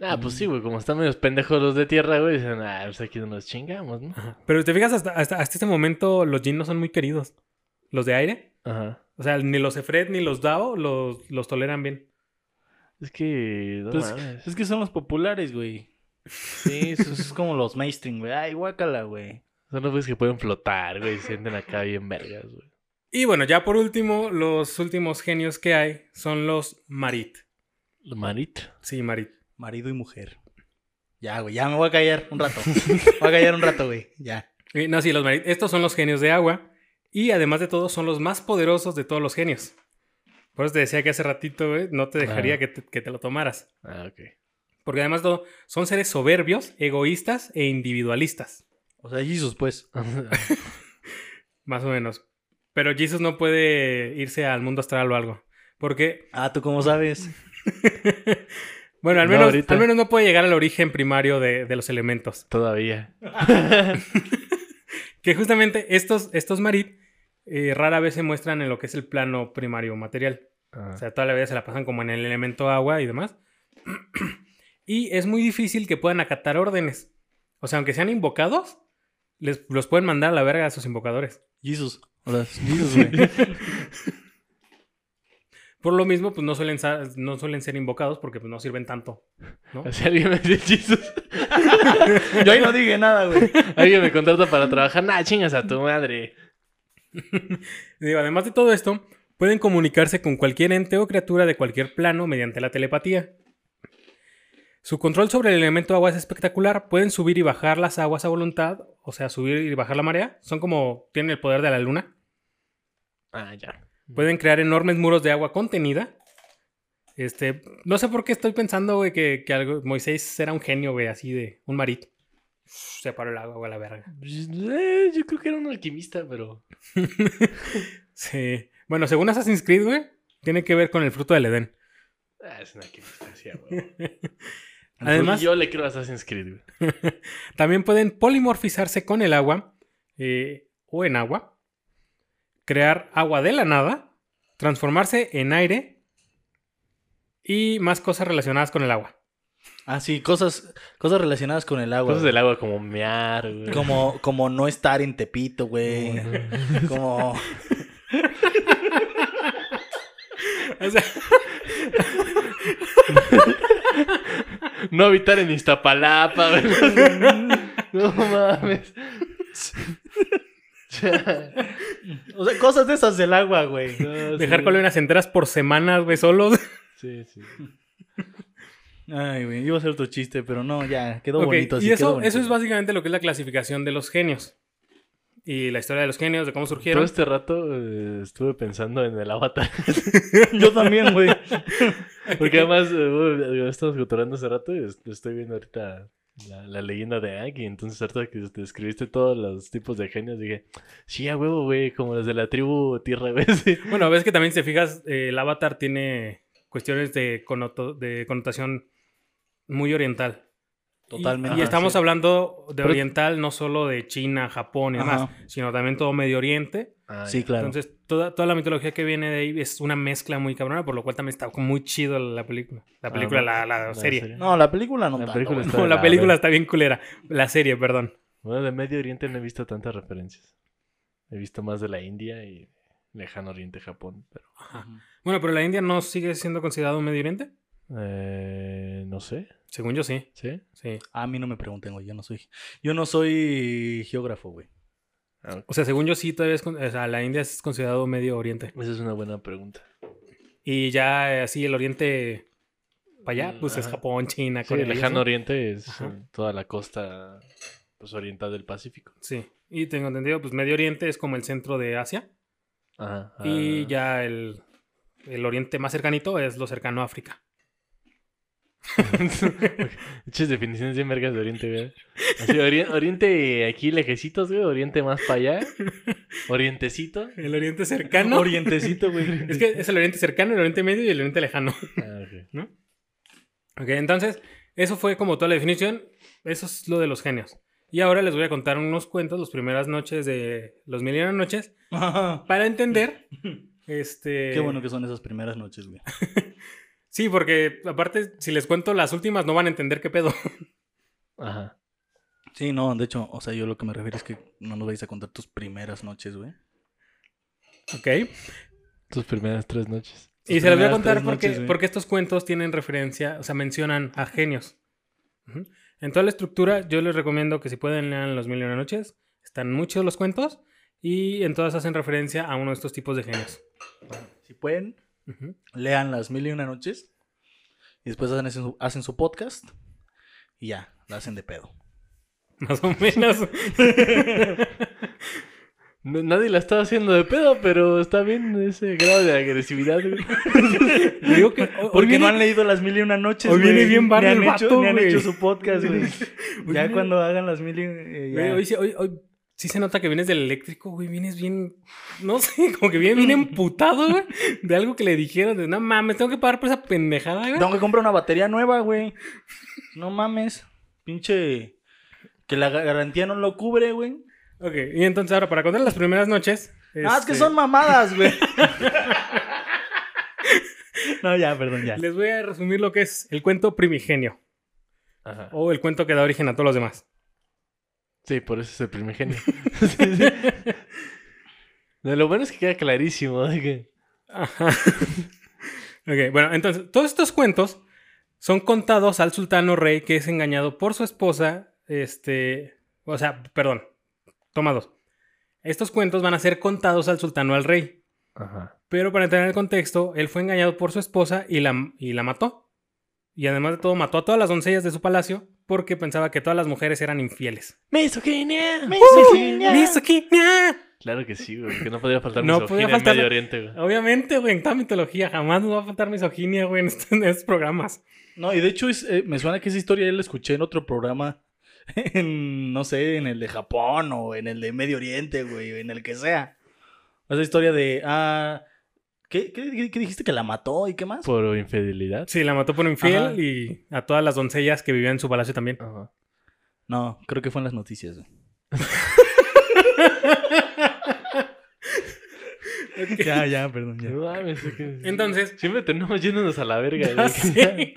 A: Ah, pues sí, güey. Como están medios pendejos los de tierra, güey. Dicen, ah, pues aquí no nos chingamos, ¿no?
C: Ajá. Pero te fijas, hasta, hasta, hasta este momento los Jin no son muy queridos. Los de aire,
A: Ajá.
C: O sea, ni los Efred ni los Dao los, los toleran bien.
A: Es que. No
B: Pues,
A: mames.
B: es que son los populares, güey. Sí, eso es como los mainstream, güey. Ay, guácala, güey.
A: Son los güeyes que pueden flotar, güey. y Se sienten acá bien vergas, güey.
C: Y bueno, ya por último, los últimos genios que hay son los Marit.
A: Lo Manito.
C: Sí, Marit.
B: Marido y mujer. Ya, güey, ya me voy a callar un rato. voy a callar un rato, güey. Ya.
C: Eh, No, sí, los Marit. Estos son los genios de agua. Y además de todo, son los más poderosos de todos los genios. Por eso te decía que hace ratito güey, no te dejaría
A: Claro.
C: que, te, que te lo tomaras.
A: Ah, ok.
C: Porque además de todo, son seres soberbios, egoístas e individualistas.
B: O sea, Jesus, pues.
C: Más o menos. Pero Jesus no puede irse al mundo astral o algo. Porque
B: Ah, ¿tú cómo sabes?
C: Bueno, al
A: No,
C: menos,
A: ahorita.
C: al menos no puede llegar al origen primario de, de los elementos.
A: Todavía.
C: Que justamente estos, estos Marit eh, rara vez se muestran en lo que es el plano primario material.
A: Ah,
C: O sea, toda la vida se la pasan como en el elemento agua y demás. Y es muy difícil que puedan acatar órdenes. O sea, aunque sean invocados, les, los pueden mandar a la verga a sus invocadores.
B: Jesus. O sea, Jesus, güey.
C: Por lo mismo, pues no suelen, sa- no suelen ser invocados porque pues, no sirven tanto. ¿no?
A: Si alguien me dice Jesus,
B: Yo ahí no dije nada, güey.
A: alguien me contrata para trabajar, nah, chingas a tu madre.
C: Digo, además de todo esto, pueden comunicarse con cualquier ente o criatura de cualquier plano mediante la telepatía. Su control sobre el elemento agua es espectacular. Pueden subir y bajar las aguas a voluntad, o sea, subir y bajar la marea. Son como tienen el poder de la luna.
A: Ah, ya.
C: Pueden crear enormes muros de agua contenida. Este, no sé por qué estoy pensando, güey, que, que algo, Moisés era un genio, güey, así de un marito. Se paró el agua, güey, a la verga.
A: Pues, eh, yo creo que era un alquimista, pero.
C: Sí. Bueno, según Assassin's Creed, güey, tiene que ver con el fruto del Edén.
A: Ah, es un alquimista, sí, a huevo.
C: Además- Ah,
A: Y yo le creo a Assassin's Creed, güey.
C: También pueden polimorfizarse con el agua eh, o en agua, crear agua de la nada, transformarse en aire y más cosas relacionadas con el agua.
B: Ah, sí, cosas, cosas relacionadas con el agua.
A: Cosas
B: güey.
A: del agua como mear, güey.
B: Como, como no estar en Tepito, güey. Como.
C: O sea,
A: No habitar en Iztapalapa, güey. No mames. Ya,
B: O sea, cosas de esas del agua, güey.
A: no,
C: dejar
A: sí.
C: colonias enteras por semanas, güey, solos.
A: Sí, sí.
B: Ay, güey, iba a ser tu chiste, pero no, ya, quedó
C: Ok,
B: bonito. Así,
C: y
B: quedó
C: eso,
B: bonito.
C: eso es básicamente lo que es la clasificación de los genios. Y la historia de los genios, de cómo surgieron.
B: Pues,
A: Todo este rato eh, estuve pensando en el avatar.
B: Yo también, güey.
A: Porque además, eh, bueno, estamos cotorando hace rato y est- estoy viendo ahorita la, la leyenda de Aang. Y entonces, ahorita que te describiste todos los tipos de genios, dije, sí, a huevo, güey, como los de la tribu tierra, güey. sí.
C: Bueno, ves que también, si te fijas, eh, el avatar tiene cuestiones de, conoto- de connotación muy oriental.
B: Totalmente.
C: Y, y
B: Ajá,
C: estamos
B: sí.
C: hablando de
B: Pero-
C: oriental, no solo de China, Japón y
B: Ajá.
C: demás, sino también todo Medio Oriente.
A: Ah,
B: Sí,
A: ya.
B: claro.
C: Entonces, toda, toda la mitología que viene de ahí es una mezcla muy cabrona, por lo cual también está como muy chido la película. La película, la, la serie.
B: No, Ah, la película no
A: La
B: tanto,
A: película
B: güey.
A: está-
C: No,
A: de
C: la
A: la
C: película
A: verga.
C: está bien culera. La serie, perdón.
A: Bueno, de Medio Oriente no he visto tantas referencias. He visto más de la India y lejano Oriente, Japón, pero
C: Bueno, pero la India no sigue siendo considerado un Medio Oriente.
A: eh, no sé,
C: Según yo, sí.
A: ¿sí?
C: sí.
B: A mí no me pregunten, güey. Yo no soy. Yo no soy geógrafo, güey.
C: O sea, según yo, sí, todavía es. con- O sea, la India es considerado Medio Oriente.
A: Esa es una buena pregunta.
C: Y ya eh, así el Oriente para allá,
A: Mm,
C: pues es
A: ajá.
C: Japón, China,
A: Sí,
C: Corea. y
A: lejano
C: eso.
A: Oriente es
C: Ajá.
A: eh, toda la costa pues, oriental del Pacífico.
C: Sí. Y tengo entendido, pues Medio Oriente es como el centro de Asia.
A: Ajá.
C: Y
A: ah.
C: ya el, el oriente más cercanito es lo cercano a África.
A: Muchas definiciones bien vergas de Oriente, güey. Así, ori- oriente aquí lejecitos, güey. Oriente más para allá. Orientecito.
C: El oriente cercano.
B: Orientecito, güey.
C: Es que es el oriente cercano, el oriente medio y el oriente lejano.
A: Ah, ok.
C: Ok, entonces, eso fue como toda la definición. Eso es lo de los genios. Y ahora les voy a contar unos cuentos, las primeras noches de los mil y una noches,
B: Ajá.
C: para entender. Este.
B: Qué bueno que son esas primeras noches, güey.
C: Sí, porque aparte, si les cuento las últimas, no van a entender qué pedo.
A: Ajá.
B: Sí, no, de hecho, o sea, yo lo que me refiero es que no nos vais a contar tus primeras noches, güey.
C: Ok.
A: Tus primeras tres noches.
C: Y se los voy a
B: primeras
C: contar
B: tres
C: porque,
B: noches, güey.
C: porque estos cuentos tienen referencia, o sea, mencionan a genios. Ujú. En toda la estructura, yo les recomiendo que si pueden lean Los Mil y Una Noches. Están muy chidos los cuentos y en todas hacen referencia a uno de estos tipos de genios.
B: Si pueden,
C: Ujú.
B: lean las mil y una noches. Y después hacen su, hacen su podcast. Y ya, la hacen de pedo.
C: Más o menos.
A: No- nadie la estaba haciendo de pedo, pero está bien ese grado de agresividad, güey.
C: Digo que- o- hoy
B: Porque
C: viene-
B: no han leído las mil y una noches.
C: hoy
B: güey.
C: viene bien barrio
B: Ni han
C: el
B: hecho-
C: vato,
B: ni han
C: güey.
B: hecho su podcast, güey.
C: Hoy
B: ya
C: viene-
B: cuando hagan las mil y. eh, ya.
C: güey, hoy, sí- hoy- hoy sí se nota que vienes del eléctrico, güey. Vienes bien. No sé, como que vienes bien emputado, güey. De algo que le dijeron. De no mames, tengo que pagar por esa pendejada, güey.
B: Tengo que comprar una batería nueva, güey. No mames. Pinche. Que la ga- garantía no lo cubre, güey.
C: Ok, y entonces ahora para contar las primeras noches.
B: Ah, es que
C: este,
B: son mamadas, güey. no, ya, perdón, ya.
C: Les voy a resumir lo que es el cuento primigenio
A: Ajá.
C: o el cuento que da origen a todos los demás.
A: Sí, por eso es el primigenio. Sí, sí. No, Lo bueno es que queda clarísimo. de que-
C: Ajá. ok, bueno, entonces todos estos cuentos son contados al sultano rey que es engañado por su esposa. Este, o sea, perdón, toma dos. Estos cuentos van a ser contados al sultano al rey.
A: Ajá.
C: Pero para entrar en el contexto, él fue engañado por su esposa y la, y la mató. Y además de todo, mató a todas las doncellas de su palacio porque pensaba que todas las mujeres eran infieles.
A: ¡Misoginia!
C: ¡Uh!
B: Misoginia.
C: ¡Misoginia!
A: Claro que sí, güey. Que no podría faltar Oh.
C: No
A: no
C: podía
A: misoginia en
C: faltar-
A: Medio Oriente, güey.
C: Obviamente, güey, en toda mitología jamás nos va a faltar misoginia, güey, en estos, en estos programas.
B: No, y de hecho es, eh, me suena que esa historia ya la escuché en otro programa. En, no sé, en el de Japón o en el de Medio Oriente, güey, o en el que sea. Esa historia de. Ah, ¿qué, qué- qué- qué dijiste que la mató y qué más?
A: Por infidelidad.
C: Sí, la mató por infiel
B: Ajá.
C: y a todas las doncellas que vivían en su palacio también.
A: Ajá.
B: No, creo que fue en las noticias, güey. Ya, ya, perdón, ya.
A: No mames, es que-
C: Entonces-
A: Siempre terminamos yéndonos a la verga.
C: Ya
A: güey.
C: sé.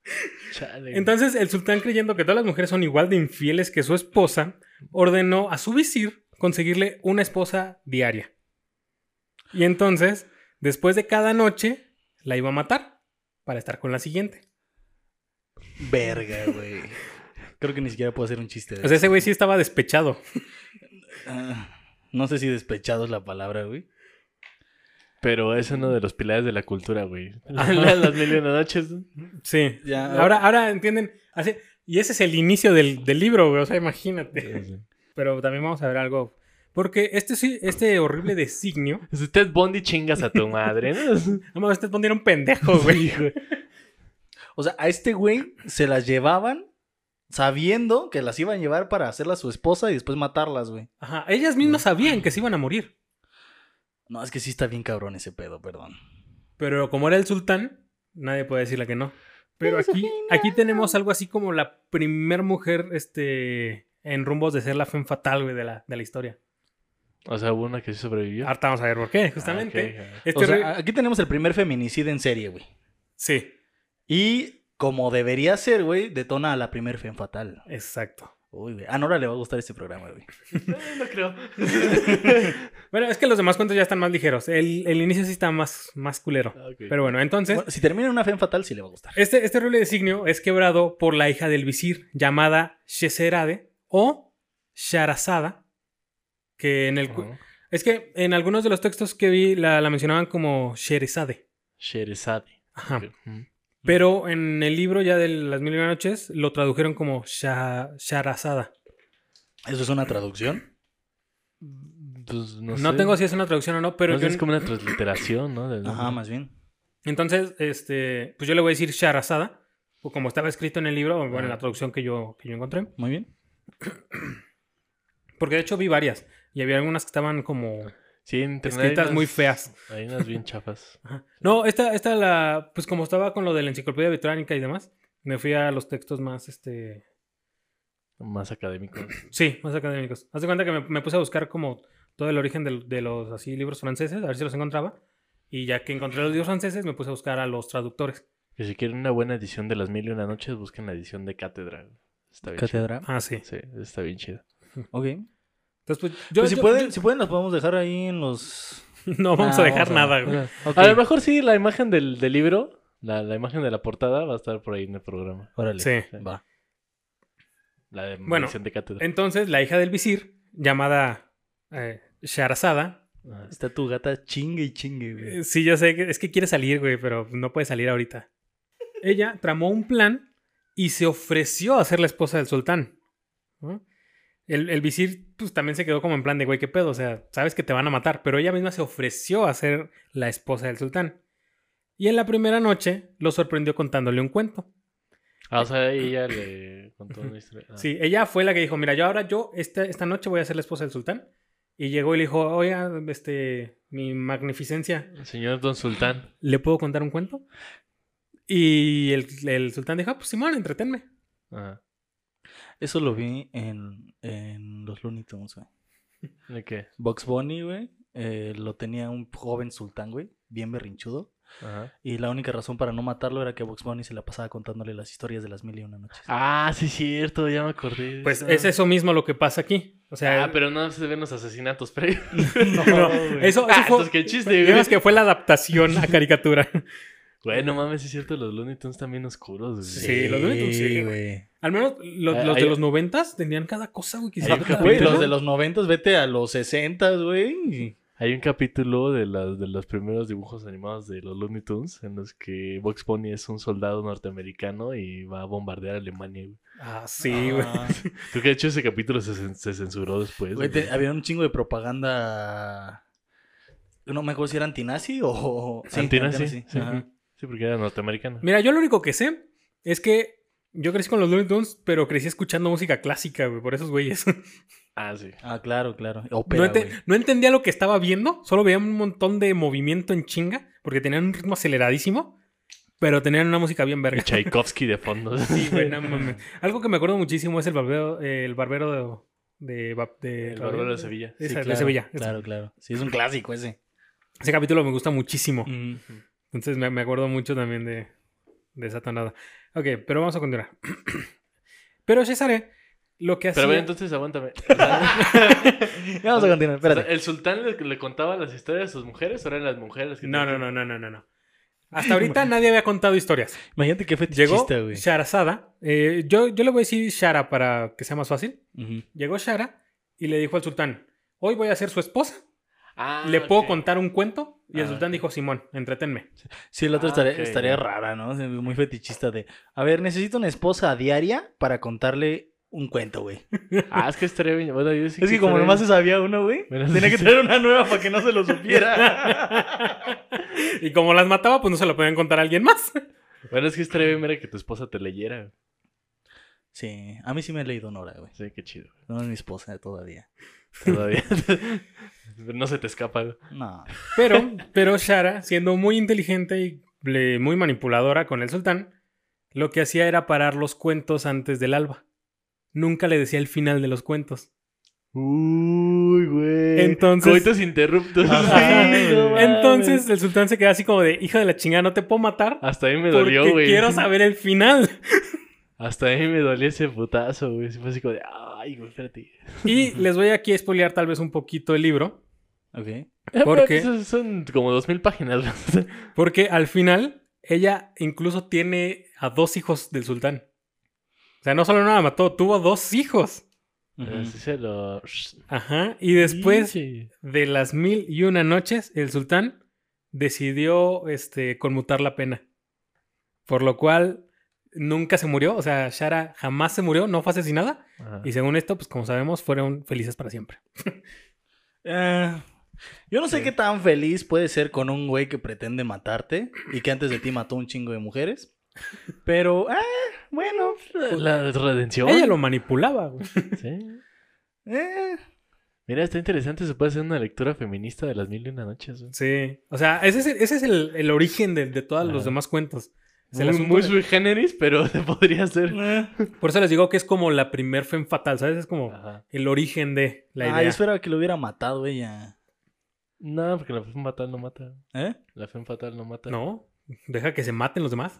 A: Chale, güey.
C: Entonces, el sultán, creyendo que todas las mujeres son igual de infieles que su esposa, ordenó a su visir conseguirle una esposa diaria. Y entonces, después de cada noche, la iba a matar para estar con la siguiente.
B: Verga, güey. Creo que ni siquiera puedo hacer un chiste de
C: O sea, ese güey sí estaba despechado.
B: Ah, no sé si despechado es la palabra, güey.
A: Pero es uno de los pilares de la cultura, güey.
C: Ajá.
A: Las mil y una noches.
C: Sí.
B: Ya.
C: Ahora, ahora entienden. Así- y ese es el inicio del, del libro, güey. O sea, imagínate.
A: Es
C: Pero también vamos a ver algo. Porque este, sí- este horrible designio.
A: Ted Bondi chingas a tu madre, ¿no?
C: No mames, te pondieron un pendejo, güey.
A: Sí, güey.
B: O sea, a este güey se las llevaban sabiendo que las iban a llevar para hacerla su esposa y después matarlas, güey.
C: Ajá. Ellas mismas sabían que se iban a morir.
B: No, es que sí está bien cabrón ese pedo, perdón.
C: Pero como era el sultán, nadie puede decirle que no. Pero aquí, aquí tenemos algo así como la primer mujer este, en rumbos de ser la femme fatal, güey, de la, de la historia.
A: O sea, hubo una que sí sobrevivió.
C: Ahorita vamos a ver por qué,
A: Ah,
C: justamente.
A: ok, ah.
C: Este
B: O sea,
C: re-
B: aquí tenemos el primer feminicidio en serie, güey.
C: Sí,
B: Y como debería ser, güey, detona a la primer femme fatal.
C: exacto.
B: Uy, güey. A Nora le va a gustar este programa, güey.
C: Eh,
A: No creo.
C: Bueno, es que los demás cuentos ya están más ligeros. El, el inicio sí está más, más culero.
A: Ah, ok.
C: Pero bueno, entonces,
B: Bueno, si termina en una femme fatal, sí le va a gustar.
C: este, este de designio es quebrado por la hija del visir, llamada Sheserade o Sharazada, que en el... cu-
A: Ajá.
C: Es que en algunos de los textos que vi la, la mencionaban como Sherezade.
A: Sherezade.
C: Ajá.
A: Ok. Ujú.
C: Pero en el libro ya de las mil y una noches lo tradujeron como Sha- Sharazada.
B: ¿Eso es una traducción?
A: Pues no
C: No,
A: sé.
C: tengo si es una traducción o no, pero
A: No sé,
C: yo...
A: es como una transliteración, ¿no? Del
B: Ajá,
A: nombre.
B: más bien.
C: Entonces, este, pues yo le voy a decir Sharazada, o como estaba escrito en el libro, o bueno, en la traducción que yo, que yo encontré.
B: Muy bien.
C: Porque de hecho vi varias, y había algunas que estaban como...
A: Sí, en internet hay
C: Escritas
A: unas-
C: muy feas.
A: Hay unas bien chafas.
C: Ajá. No, esta, esta la, pues como estaba con lo de la enciclopedia británica y demás, me fui a los textos más, este,
A: Más académicos.
C: sí, más académicos. Haz de cuenta que me, me puse a buscar como todo el origen del- de, los así libros franceses, a ver si los encontraba. Y ya que encontré los libros franceses, me puse a buscar a los traductores.
A: Que si quieren una buena edición de Las Mil y Una Noches, busquen la edición de Cátedra. güey. Está bien
B: Catedra.
C: Ah, sí.
A: chida. Sí, está bien chida.
B: Ok.
C: Entonces, pues, yo,
B: Pues si,
C: yo-
B: pueden, si pueden, las podemos dejar ahí en los...
C: no vamos
B: Ah,
C: a dejar
B: vamos a-
C: nada, güey.
B: Ok.
A: A lo mejor sí, la imagen del, del libro, la, la imagen de la portada va a estar por ahí en el programa.
B: Órale.
C: Sí.
B: Va.
A: La de
C: Bueno,
A: edición de Cátedra.
C: Entonces, la hija del visir, llamada eh, Sharazada,
A: Ah,
B: Está tu gata chingue y chingue, güey.
C: eh, sí, yo sé, que es que quiere salir, güey, pero no puede salir ahorita. Ella tramó un plan y se ofreció a ser la esposa del sultán. ¿no? El, el visir, pues también se quedó como en plan de, güey, qué pedo, o sea, sabes que te van a matar, pero ella misma se ofreció a ser la esposa del sultán. Y en la primera noche lo sorprendió contándole un cuento.
A: Ah, o sea, ella le contó una historia. Ah.
C: Sí, ella fue la que dijo, mira, yo ahora yo esta, esta noche voy a ser la esposa del sultán. Y llegó y le dijo, oiga, este, mi magnificencia,
A: Señor Don Sultán.
C: ¿le puedo contar un cuento? Y el, el sultán dijo, "Ah, pues Simón, entretenme.
A: Ajá.
B: Eso lo vi en, en los Looney Tunes, güey.
A: ¿De qué?
B: Box Bunny, güey, eh, lo tenía un joven sultán, güey, bien berrinchudo.
A: Ajá.
B: Y la única razón para no matarlo era que Box Bunny se la pasaba contándole las historias de las mil y una noches.
A: Ah, sí, cierto, ya me acordé. de
C: Pues
A: esa.
C: es eso mismo lo que pasa aquí. O sea,
A: Ah, pero no se ven los asesinatos previos.
B: no, güey.
C: eso, eso
A: Ah,
C: fue...
A: entonces qué chiste, güey.
C: Digamos que fue la adaptación a caricatura.
A: Bueno, mames, sí es cierto, los Looney Tunes también oscuros. güey.
C: Sí, los Looney Tunes, sí,
B: güey.
C: Al menos lo-
A: Ah,
C: los
A: hay-
C: de los noventas tenían cada cosa, güey. que
A: Hay
C: se-
A: un capítulo-
B: Güey, los de los noventas, vete a los sesentas, güey.
A: Hay un capítulo de, las de los primeros dibujos animados de los Looney Tunes en los que Box Bunny es un soldado norteamericano y va a bombardear Alemania. güey.
C: Ah, sí, güey.
B: Ah,
A: Creo que de hecho ese capítulo se, cen- se censuró después.
B: güey,
A: güey.
B: te- había un chingo de propaganda. No me acuerdo si era antinazi o. Sí,
A: Antinazi, sí.
B: ajá.
A: Sí, porque era norteamericano.
C: Mira, yo lo único que sé es que yo crecí con los Looney Tunes, pero crecí escuchando música clásica, güey, por esos güeyes.
A: Ah, sí.
B: Ah, claro, claro.
C: No,
B: Ópera,
C: ente-
B: güey.
C: no entendía lo que estaba viendo, solo veía un montón de movimiento en chinga, porque tenían un ritmo aceleradísimo, pero tenían una música bien
A: Y
C: verga.
A: Tchaikovsky de fondo.
C: Sí, güey, no mames. Algo que me acuerdo muchísimo es el barbero, eh, el barbero de, de, Ba- de-
A: El barbero de Sevilla.
C: Esa,
B: Sí,
C: de
B: claro,
C: Sevilla. Ese-
B: Claro, claro. Sí, es un clásico ese.
C: Ese capítulo me gusta muchísimo.
B: Mm.
C: Entonces me, me acuerdo mucho también de, de esa tonada. Ok, pero vamos a continuar. pero Cesare, lo que hacía...
A: Pero a ver, entonces aguántame. O sea,
B: Ya vamos a continuar,
A: o sea,
B: espérate.
A: ¿El sultán le, le contaba las historias a sus mujeres o eran las mujeres? que
C: No, no,
A: tenían
C: no, no, no, no, no. Hasta ahorita nadie había contado historias.
B: Imagínate qué
C: Llegó
B: fetichista, güey.
C: Sharazada. eh, yo, yo le voy a decir Shara para que sea más fácil.
B: Ujú.
C: Llegó Shara y le dijo al sultán, hoy voy a ser su esposa.
A: Ah,
C: ¿Le puedo
A: ok.
C: contar un cuento? Y el
A: Ah,
C: sultán
A: ok.
C: dijo, Simón, entretenme.
B: Sí, el otro
A: Ah,
B: estaría,
A: ok.
B: estaría rara, ¿no? Sí, Muy fetichista de. A ver, necesito una esposa diaria para contarle un cuento, güey.
A: Ah, es que estaría bien. Bueno, yo sí
B: Es que como
A: estaría
B: nomás
A: bien.
B: se sabía uno, güey.
A: Mira,
B: Tenía que
A: sí.
B: tener una nueva para que no se lo supiera.
C: Y como las mataba, pues no se lo podían contar a alguien más.
A: Bueno, es que estaría bien, mira, que tu esposa te leyera.
B: Sí, a mí sí me ha leído Nora, güey.
A: Sí, qué chido.
B: No es mi esposa todavía.
A: Todavía. no se te escapa. güey.
B: No.
C: Pero, pero Shara, siendo muy inteligente y le- muy manipuladora con el sultán, lo que hacía era parar los cuentos antes del alba. Nunca le decía el final de los cuentos.
A: Uy, güey.
C: Entonces-
A: Coitos interruptos.
C: Ajá.
A: Sí, no mames.
C: Entonces el sultán se queda así como de, hija de la chingada, no te puedo matar.
A: Hasta a mí me
C: Porque
A: dolió, güey.
C: quiero saber el final.
A: Hasta a mí me dolió ese putazo, güey. Sí Fue así como de, ay, güey, espérate.
C: Y les voy aquí a spoilear tal vez un poquito el libro.
B: Ok.
C: ¿Por qué?
A: Son, Eh, son como dos mil páginas. güey.
C: Porque al final, ella incluso tiene a dos hijos del sultán. O sea, no solo no la mató, tuvo dos hijos.
A: Pero sí se lo...
C: Ajá. Y después
A: Sí.
C: de las mil y una noches, el sultán decidió este, conmutar la pena. Por lo cual, nunca se murió. O sea, Shara jamás se murió, no fue asesinada.
A: Ajá.
C: Y según esto, pues como sabemos, fueron felices para siempre.
B: Eh, yo no sé qué tan feliz puede ser con un güey que pretende matarte y que antes de ti mató un chingo de mujeres. Pero, ah, bueno,
A: pues, La redención.
C: Ella lo manipulaba, güey.
A: Sí.
B: eh,
A: Mira, está interesante. Se puede hacer una lectura feminista de las mil y una noches. güey.
C: Sí. O sea, ese es el, ese es el, el origen de, de todos los
A: Ajá.
C: demás cuentos. Es el
A: Muy,
C: asunto
A: muy
C: de-
A: sui generis, pero se podría hacer.
B: eh.
C: Por eso les digo que es como la primer femme fatal, ¿sabes? Es como
A: Ajá.
C: el origen de la idea.
B: Ah, yo esperaba que lo hubiera matado ella.
A: No, porque la fe fatal no mata.
B: ¿Eh?
A: La fe fatal no mata.
C: No, deja que se maten los demás.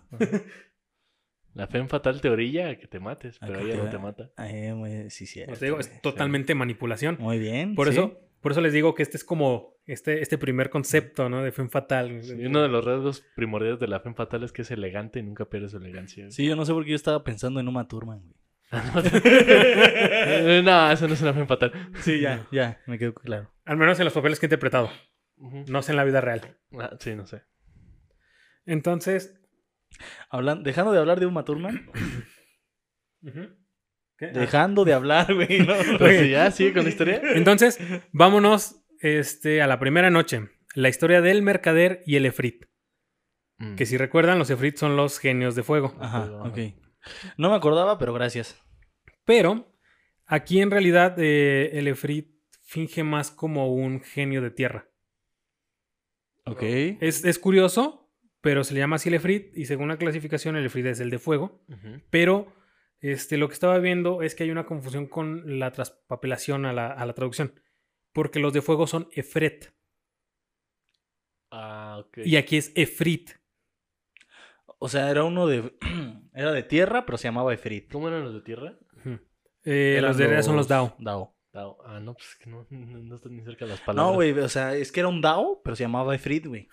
A: La fe fatal te orilla a que te mates,
B: A
A: pero
B: que
A: ella
B: te
A: no
B: da-
A: te mata.
B: Eh, muy, sí, sí.
C: Por eso Pues digo, es totalmente manipulación.
B: Muy bien.
C: Por
B: sí.
C: eso, por eso les digo que este es como este, este primer concepto, ¿no? De femme fatal.
A: Y uno de los rasgos primordiales de la fe fatal es que es elegante y nunca pierde su elegancia. güey.
B: Sí, yo no sé por qué yo estaba pensando en Uma Thurman, güey.
A: Eh, no, eso no es una fe fatal.
B: Sí, ya, ya, me quedó claro.
C: Al menos en los papeles que he interpretado,
A: Ujú.
C: no sé en la vida real.
A: Ah, sí, no sé.
C: Entonces,
B: Hablan- dejando de hablar de Uma Thurman,
C: ujú. ¿Qué? Ah.
B: dejando de hablar, güey. no.
A: Pero si ya sigue con la historia.
C: entonces vámonos este, a la primera noche. La historia del mercader y el efrit.
A: Mm.
C: Que si recuerdan, los efrit son los genios de fuego.
B: Ajá, ok. No me acordaba, pero gracias.
C: Pero aquí en realidad eh, el Efrit finge más como un genio de tierra.
B: Ok.
C: Es, es curioso, pero se le llama así el Efrit y según la clasificación el Efrit es el de fuego.
A: Ujú.
C: Pero este, lo que estaba viendo es que hay una confusión con la traspapelación a la, a la traducción. Porque los de fuego son Efret
A: Ah, ok.
C: y aquí es Efrit.
B: O sea, era uno de. era de tierra, pero se llamaba Efrit.
A: ¿Cómo eran los de tierra?
C: Eh,
B: Eran
C: los de Erea son los Dao.
B: Dao.
A: Tao. Ah, no, pues que no, no, no están ni cerca las palabras.
B: No, güey, o sea, es que era un Dao, pero se llamaba Efrit, güey.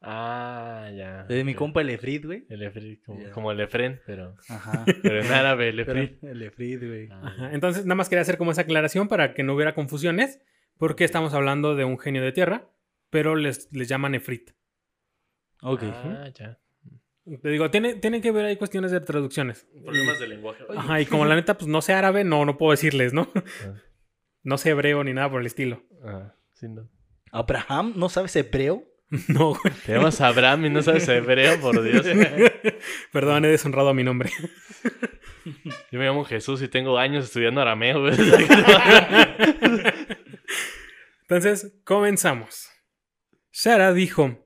A: Ah, ya.
B: De Eh, mi
A: ok.
B: compa el Efrit, güey.
A: El Efrit, como,
B: Ya.
A: como el Efren, pero,
B: Ajá.
A: pero en árabe, el
B: Pero
A: Efrit.
B: el Efrit, güey.
A: Ah,
C: Ajá, Entonces, nada más quería hacer como esa aclaración para que no hubiera confusiones, porque estamos hablando de un genio de tierra, pero les, les llaman Efrit.
B: Ok.
A: Ah, ya.
C: Te digo, tiene, tiene que ver ahí cuestiones de traducciones.
A: Problemas de lenguaje.
C: Ajá, y como la neta, pues no sé árabe, no, no puedo decirles, ¿no? No sé hebreo ni nada por el estilo.
A: Ah, sí, no.
B: Abraham, ¿no sabes hebreo?
C: No, güey.
A: Te llamas Abraham y no sabes hebreo, por Dios.
C: Perdón, he deshonrado a mi nombre.
A: Yo me llamo Jesús y tengo años estudiando arameo, güey.
C: Entonces, comenzamos. Sara dijo: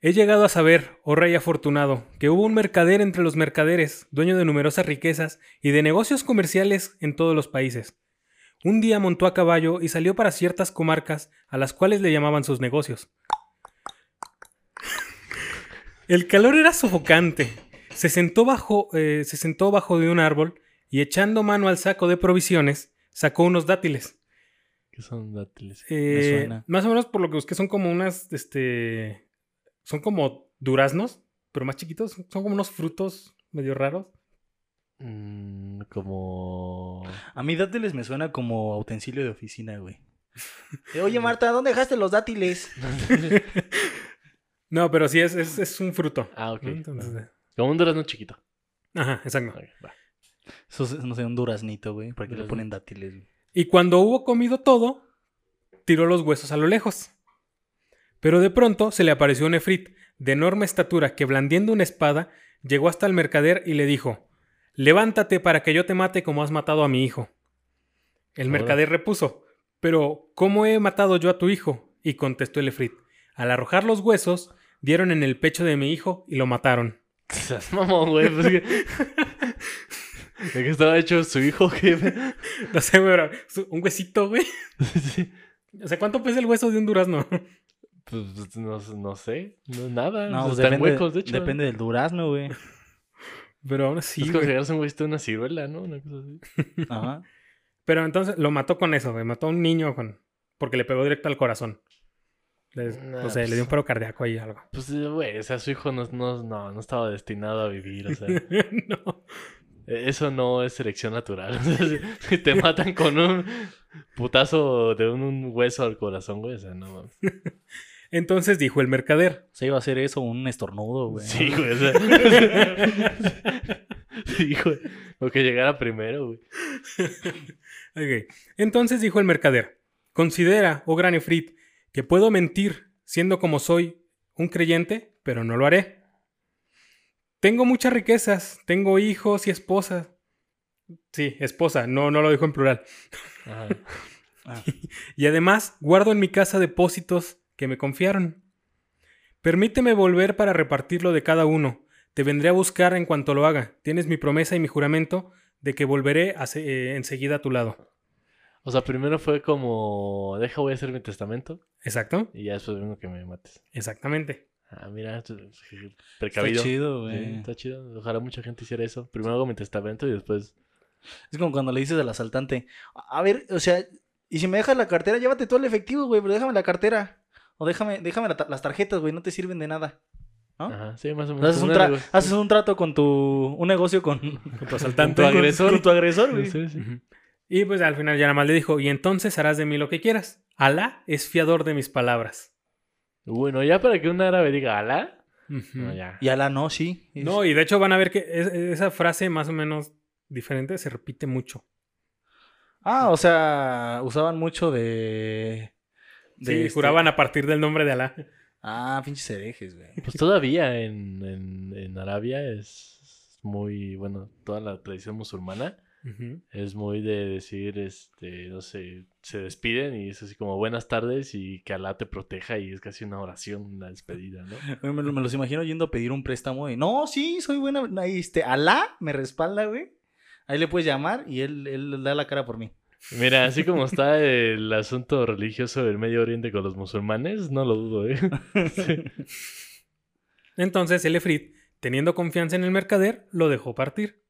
C: He llegado a saber, oh rey afortunado, que hubo un mercader entre los mercaderes, dueño de numerosas riquezas y de negocios comerciales en todos los países. Un día montó a caballo y salió para ciertas comarcas a las cuales le llamaban sus negocios. El calor era sofocante. Se sentó bajo, eh, se sentó bajo de un árbol y echando mano al saco de provisiones, sacó unos dátiles.
A: ¿Qué son dátiles?
C: Eh,
B: suena.
C: Más o menos por lo que busqué, son como unas, este, son como duraznos, pero más chiquitos, son como unos frutos medio raros.
A: Mm, como...
B: A mí dátiles me suena como utensilio de oficina, güey. Eh, Oye, Marta, ¿dónde dejaste los dátiles?
C: No, pero sí es, es, es un fruto.
A: Ah, ok.
C: Entonces,
A: Ah. Como un durazno chiquito.
C: Ajá, exacto.
A: Ok, va.
B: Eso es, no sé, un duraznito, güey. ¿Para qué le
A: Durazno.
B: ponen dátiles, güey?
C: Y cuando hubo comido todo, tiró los huesos a lo lejos. Pero de pronto se le apareció un efrit de enorme estatura que blandiendo una espada llegó hasta el mercader y le dijo: Levántate para que yo te mate como has matado a mi hijo. El
A: Ahora.
C: mercader repuso: Pero, ¿cómo he matado yo a tu hijo? Y contestó el efrit: Al arrojar los huesos, dieron en el pecho de mi hijo y lo mataron.
A: Seas mamón, güey. pues, que- ¿De qué estaba hecho su hijo, jefe?
C: No sé, güey, pero su- un huesito, güey.
A: Sí.
C: O sea, ¿cuánto pesa el hueso de un durazno?
A: Pues, pues, no, no sé, no, nada.
B: No,
A: o
B: pues
A: sea, están
B: depende,
A: huecos, de hecho.
B: depende del durazno, güey.
C: Pero aún
A: Es
C: así, güey.
A: considerarse un huesito una ciruela, ¿no? Una cosa así.
B: Ajá.
C: Pero entonces lo mató con eso, güey. Mató a un niño con... porque le pegó directo al corazón. Le-
A: Nah,
C: no sé,
A: pues-
C: le dio un paro cardíaco ahí algo.
A: Pues, eh, güey, o sea, su hijo no, no, no, no estaba destinado a vivir, o sea. eh,
C: no.
A: E-, Eso no es selección natural. o sea, si- si te matan con un putazo de un, un hueso al corazón, güey, o sea, no mames.
C: Entonces dijo el mercader.
B: Se iba a hacer eso, un estornudo, güey.
A: Sí, güey, o sea. sí, güey. Lo que llegara primero, güey.
C: Ok. Entonces dijo el mercader. Considera, oh gran Ifrit, que puedo mentir siendo como soy un creyente, pero no lo haré. Tengo muchas riquezas, tengo hijos y esposas. Sí, esposa, no, no lo dijo en plural.
A: Ajá.
C: Y además guardo en mi casa depósitos que me confiaron. Permíteme volver para repartirlo de cada uno. Te vendré a buscar en cuanto lo haga. Tienes mi promesa y mi juramento de que volveré a se- eh, enseguida a tu lado.
A: O sea, primero fue como, deja, voy a hacer mi testamento
C: Exacto,
A: y ya después vengo que me mates.
C: exactamente.
A: Ah, mira, tú-
B: Está
A: precavido.
B: chido,
A: Sí,
B: güey.
A: está chido. Ojalá mucha gente hiciera eso. Primero hago mi testamento y después.
B: Es como cuando le dices al asaltante, a ver, o sea, y si me dejas la cartera, llévate todo el efectivo, güey, pero déjame la cartera. O déjame, déjame la ta- las tarjetas, güey, no te sirven de nada. ¿No?
A: Ajá, sí, más o
B: O sea,
A: menos.
B: haces, un
A: como
B: tra-
A: algo.
B: haces un trato con tu... un negocio con, con
C: Con tu asaltante.
A: Con tu agresor.
B: tu agresor, güey.
A: Sí, sí.
C: Ujú. Y pues al final ya nada más le dijo, y entonces harás de mí lo que quieras. Alá es fiador de mis palabras.
A: Bueno, ya para que un árabe diga ala.
C: Ujú.
A: No, ya.
B: Y a la no, sí. Es-
C: No, y de hecho van a ver que es- esa frase más o menos diferente se repite mucho.
B: Ah, o sea, usaban mucho de...
C: sí,
B: de este-
C: juraban a partir del nombre de Alá.
B: Ah, pinches herejes, güey.
A: Pues todavía en, en, en Arabia es muy. Bueno, toda la tradición musulmana
C: Ujú.
A: es muy de decir, este, no sé, se despiden y es así como buenas tardes y que Alá te proteja y es casi una oración, la despedida, ¿no?
B: Güey, Me, lo- me los imagino yendo a pedir un préstamo y no, sí, soy buena. Ahí, este, Alá me respalda, güey. Ahí le puedes llamar y él, él da la cara por mí.
A: Mira, así como está el asunto religioso del Medio Oriente con los musulmanes, no lo dudo, ¿eh?
C: Entonces el Efrit, teniendo confianza en el mercader, lo dejó partir.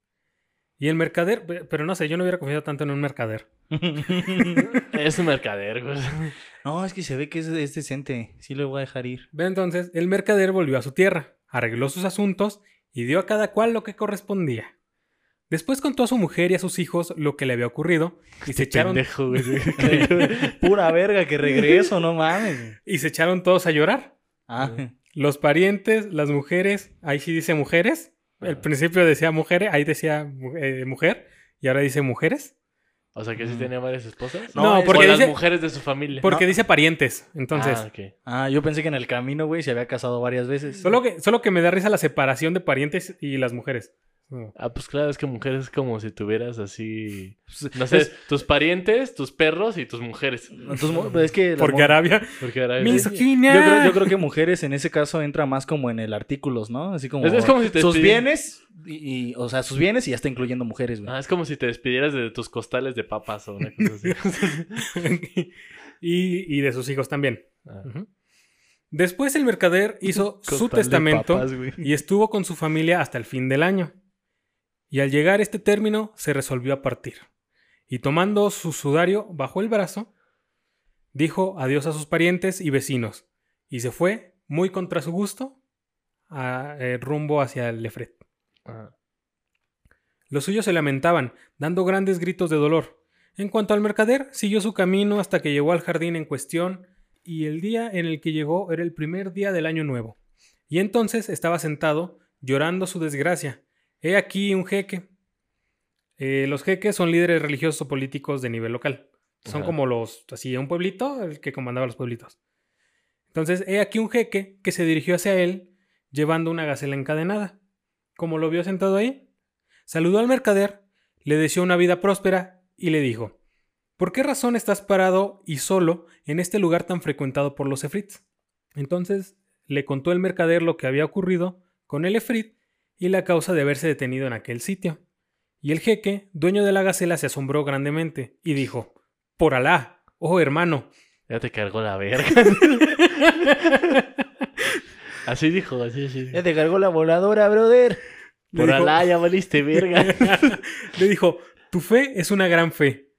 C: Y el mercader, pe- pero no sé, yo no hubiera confiado tanto en un mercader.
A: Es un mercader, güey.
B: no, es que se ve que es, es decente. Sí lo voy a dejar ir.
C: Ve entonces, el mercader volvió a su tierra, arregló sus asuntos y dio a cada cual lo que correspondía. Después contó a su mujer y a sus hijos lo que le había ocurrido y se echaron,
A: Pendejo, güey.
B: Pura verga que regreso, no mames. güey.
C: y se echaron todos a llorar.
B: Ah,
C: Los parientes, las mujeres, ahí sí dice mujeres. Al
A: Ajá.
C: principio decía mujeres, ahí decía mu- eh, mujer y ahora dice mujeres.
A: O sea, que sí
B: Mm.
A: tenía varias esposas.
B: No,
C: No,
B: es-
A: Porque
C: porque
A: las
C: dice,
A: mujeres de su familia.
C: porque
B: No.
C: dice parientes. Entonces,
A: Ah, ok.
B: ah, yo pensé que en el camino, güey, se había casado varias veces.
C: Solo que, solo que me da risa la separación de parientes y las mujeres. No.
A: Ah, pues claro, es que mujeres es como si tuvieras así.
B: Pues,
A: No sé,
B: es-
A: tus parientes, tus perros y tus mujeres.
B: entonces, mu- pues, es que las
C: Porque
B: mu-
C: Arabia.
A: Porque ahora.
C: Mis-
A: Es,
C: Misoginia.
B: Yo creo, yo creo que mujeres en ese caso entra más como en el artículos, ¿no? Así como,
A: Es- es como si te
B: sus
A: piden-
B: bienes y, y- o sea, sus bienes y ya está incluyendo mujeres, güey.
A: ah, es como si te despidieras de tus costales de papas o una cosa así.
C: y, y de sus hijos también.
A: Ah.
C: Ujú. Después el mercader hizo su testamento y estuvo con su familia hasta el fin del año. Y al llegar este término se resolvió a partir. Y tomando su sudario bajo el brazo, dijo adiós a sus parientes y vecinos. Y se fue, muy contra su gusto, a- eh, rumbo hacia el Lefret.
A: Ah.
C: Los suyos se lamentaban, dando grandes gritos de dolor. En cuanto al mercader, siguió su camino hasta que llegó al jardín en cuestión, y el día en el que llegó era el primer día del año nuevo. Y entonces estaba sentado, llorando su desgracia. He aquí un jeque. Eh, los jeques son líderes religiosos o políticos de nivel local. Son
A: Ajá.
C: como los, así, un pueblito, el que comandaba los pueblitos. Entonces, he aquí un jeque que se dirigió hacia él, llevando una gacela encadenada. Como lo vio sentado ahí, saludó al mercader, le deseó una vida próspera y le dijo: ¿Por qué razón estás parado y solo en este lugar tan frecuentado por los efrits? Entonces le contó el mercader lo que había ocurrido con el efrit y la causa de haberse detenido en aquel sitio. Y el jeque, dueño de la gacela, se asombró grandemente y dijo: Por Alá, oh hermano.
A: Ya te cargó la verga. así dijo, así, así. dijo.
B: Ya te cargó la voladora, brother.
C: Le
A: Por
C: dijo-
A: Alá, ya valiste verga.
C: Le dijo, tu fe es una gran fe.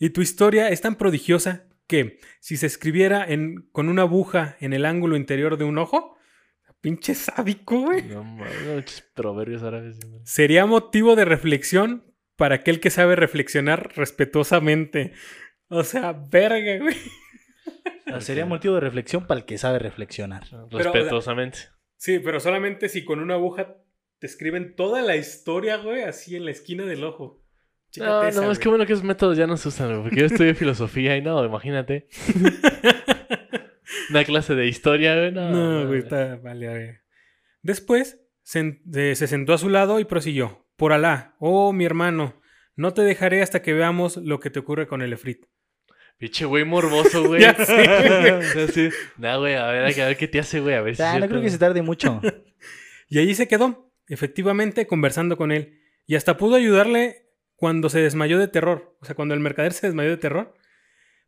C: Y tu historia es tan prodigiosa que si se escribiera en- con una aguja en el ángulo interior de un ojo, pinche sádico, güey,
A: No mames, muchos proverbios árabes. güey.
C: sería motivo de reflexión para aquel que sabe reflexionar respetuosamente. O sea, verga, güey.
B: Sería motivo de reflexión para el que sabe reflexionar.
A: Respetuosamente.
C: Sí, pero solamente si con una aguja te escriben toda la historia, güey, así en la esquina del ojo.
A: No,
C: Chécate esa,
A: no, es
C: güey.
A: que bueno que esos métodos ya no se usan, güey, porque yo estudié filosofía y no, imagínate. Una clase de historia, güey, no.
C: No, güey, está vale, a ver. Después se, en- de- se sentó a su lado y prosiguió. Por Alá, oh mi hermano, no te dejaré hasta que veamos lo que te ocurre con el Efrit.
A: Pinche güey morboso, güey.
C: Ya sé, güey.
A: Así, Nah, güey, a ver, a ver qué te hace, güey, a ver si es
B: Ah, no
A: cierto,
B: creo que
A: güey.
B: se tarde mucho.
C: Y allí se quedó, efectivamente conversando con él. Y hasta pudo ayudarle cuando se desmayó de terror. O sea, cuando el mercader se desmayó de terror.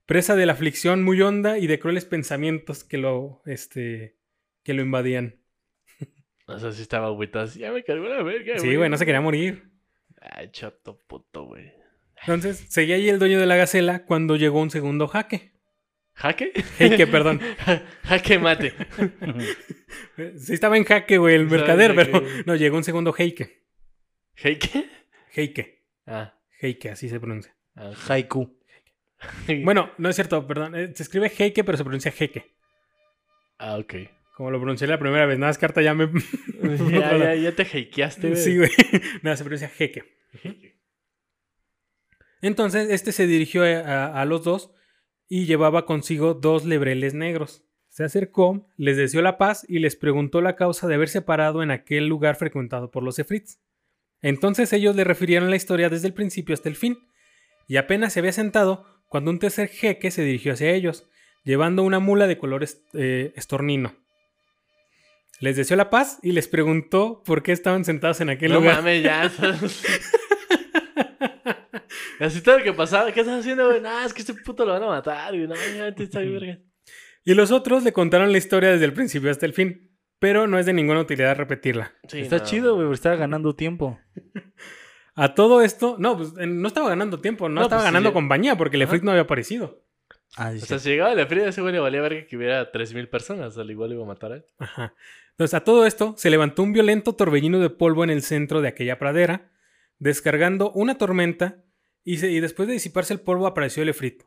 C: Presa de la aflicción muy honda y de crueles pensamientos que lo, este, que lo invadían.
A: O sea, sí estaba agüita así, ya me cargó la verga, güey.
C: Sí, güey, no se quería morir.
A: Ay, chato puto, güey.
C: Entonces, seguía allí el dueño de la gacela cuando llegó un segundo jaque.
A: ¿Jaque?
C: Jeque, perdón.
A: Jaque mate.
C: Eh, Sí estaba en jaque, güey, el
A: Estaba
C: mercader,
A: en jaque,
C: pero
A: güey.
C: no, llegó un segundo heike.
A: ¿Jaque?
C: Heike.
A: Ah.
C: Heike, así se pronuncia.
A: ah,
B: Haiku.
A: sí.
C: Bueno, no es cierto, perdón. eh, Se escribe heike, pero se pronuncia jeque.
A: Ah, ok.
C: Como lo pronuncié la primera vez. Nada, es carta ya me...
A: Ya, ya, ya te jaqueaste, güey.
C: sí, güey. Nada, se pronuncia jeque. Entonces, este se dirigió a, a- a los dos y llevaba consigo dos lebreles negros. Se acercó, les deseó la paz y les preguntó la causa de haberse parado en aquel lugar frecuentado por los efrits. Entonces ellos le refirieron la historia desde el principio hasta el fin, y apenas se había sentado cuando un tercer jeque se dirigió hacia ellos, llevando una mula de color est- eh, estornino. Les deseó la paz y les preguntó por qué estaban sentados en aquel
A: no
C: lugar.
A: mames, ya. Así todo lo que pasaba. ¿Qué estás haciendo, güey? Nah, es que este puto lo van a matar, güey. No, ya te está bien, verga.
C: Y los otros le contaron la historia desde el principio hasta el fin, pero no es de ninguna utilidad repetirla.
A: Sí,
B: Está
A: no.
B: chido, güey, porque estaba ganando tiempo.
C: A todo esto, no, pues en- no estaba ganando tiempo, no,
A: No,
C: estaba
A: pues, sí,
C: ganando
A: ya-
C: compañía porque el
A: Ajá.
C: Efrit no había aparecido.
B: Ah, sí,
A: O
B: sí.
A: sea, si llegaba la Frida, ese güey le valía verga que hubiera 3.000 personas. Al igual iba a matar a él.
C: Ajá. Entonces, a todo esto se levantó un violento torbellino de polvo en el centro de aquella pradera, descargando una tormenta, y, se- y después de disiparse el polvo apareció el Efrit,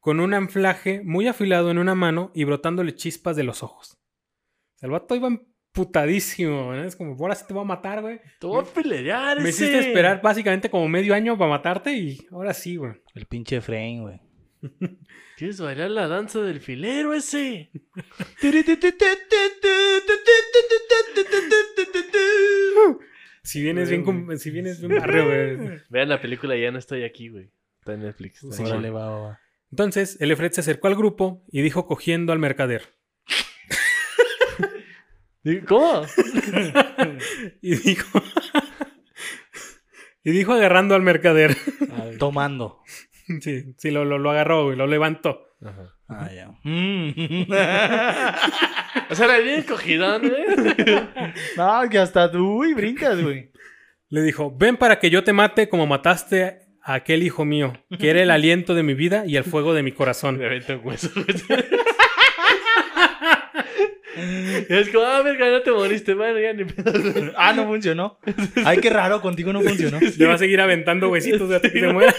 C: con un anflaje muy afilado en una mano y brotándole chispas de los ojos. O sea, el vato iba emputadísimo, ¿no? Es como, ahora sí te voy a matar, güey.
A: Te voy a pelear,
C: Me hiciste esperar básicamente como medio año para matarte y ahora sí, güey.
B: El pinche frame, güey.
A: ¿Quieres bailar la danza del filero ese?
C: Si vienes
A: Sí,
C: bien,
A: güey.
C: cum- si vienes bien barrio, güey.
A: Vean la película Ya no estoy aquí, güey. Está en Netflix. está
C: Órale.
A: chida.
B: Órale, va, va, va.
C: Entonces, el Efret se acercó al grupo y dijo cogiendo al mercader.
A: ¿Cómo?
C: Y dijo... y dijo agarrando al mercader.
B: Ah, Tomando.
C: sí, sí, lo, lo, lo agarró, güey, lo levantó.
A: Ajá.
B: Ah, ya. Mm.
A: O sea, era bien cogidón, ¿eh?
B: no, que hasta tú, güey, brincas, güey.
C: Le dijo, ven para que yo te mate como mataste a aquel hijo mío, que era el aliento de mi vida y el fuego de mi corazón.
A: Le aventó un hueso. Y es como, ah, verga, no te moriste, bueno, ya ni pedo.
B: Ah, no funcionó. Ay, qué raro, contigo no funcionó.
C: Le va a seguir aventando huesitos hasta que se muera.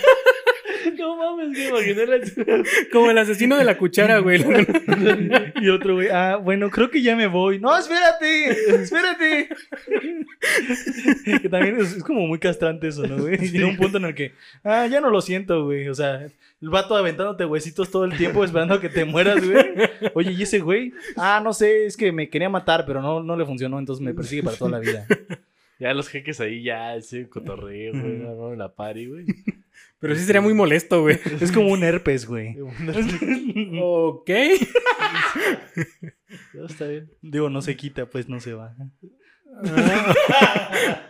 A: No mames, que imaginé la
C: Como el asesino de la cuchara, güey.
B: Y otro, güey, ah, bueno, creo que ya me voy. No, espérate, espérate. que también es, es como muy castrante eso, ¿no, güey? Llega un punto en el que, ah, ya no lo siento, güey. O sea, el vato aventándote huesitos todo el tiempo esperando a que te mueras, güey. Oye, ¿y ese güey? Ah, no sé, es que me quería matar, pero no, no le funcionó, entonces me persigue para toda la vida.
A: Ya los jeques ahí, ya, ese cotorreo, güey, no, no, la pari, güey.
C: Pero sí sería muy molesto, güey.
B: Es como un herpes, güey.
A: Mm,
C: Ok.
A: No, está bien.
B: Digo, no se quita, pues no se va.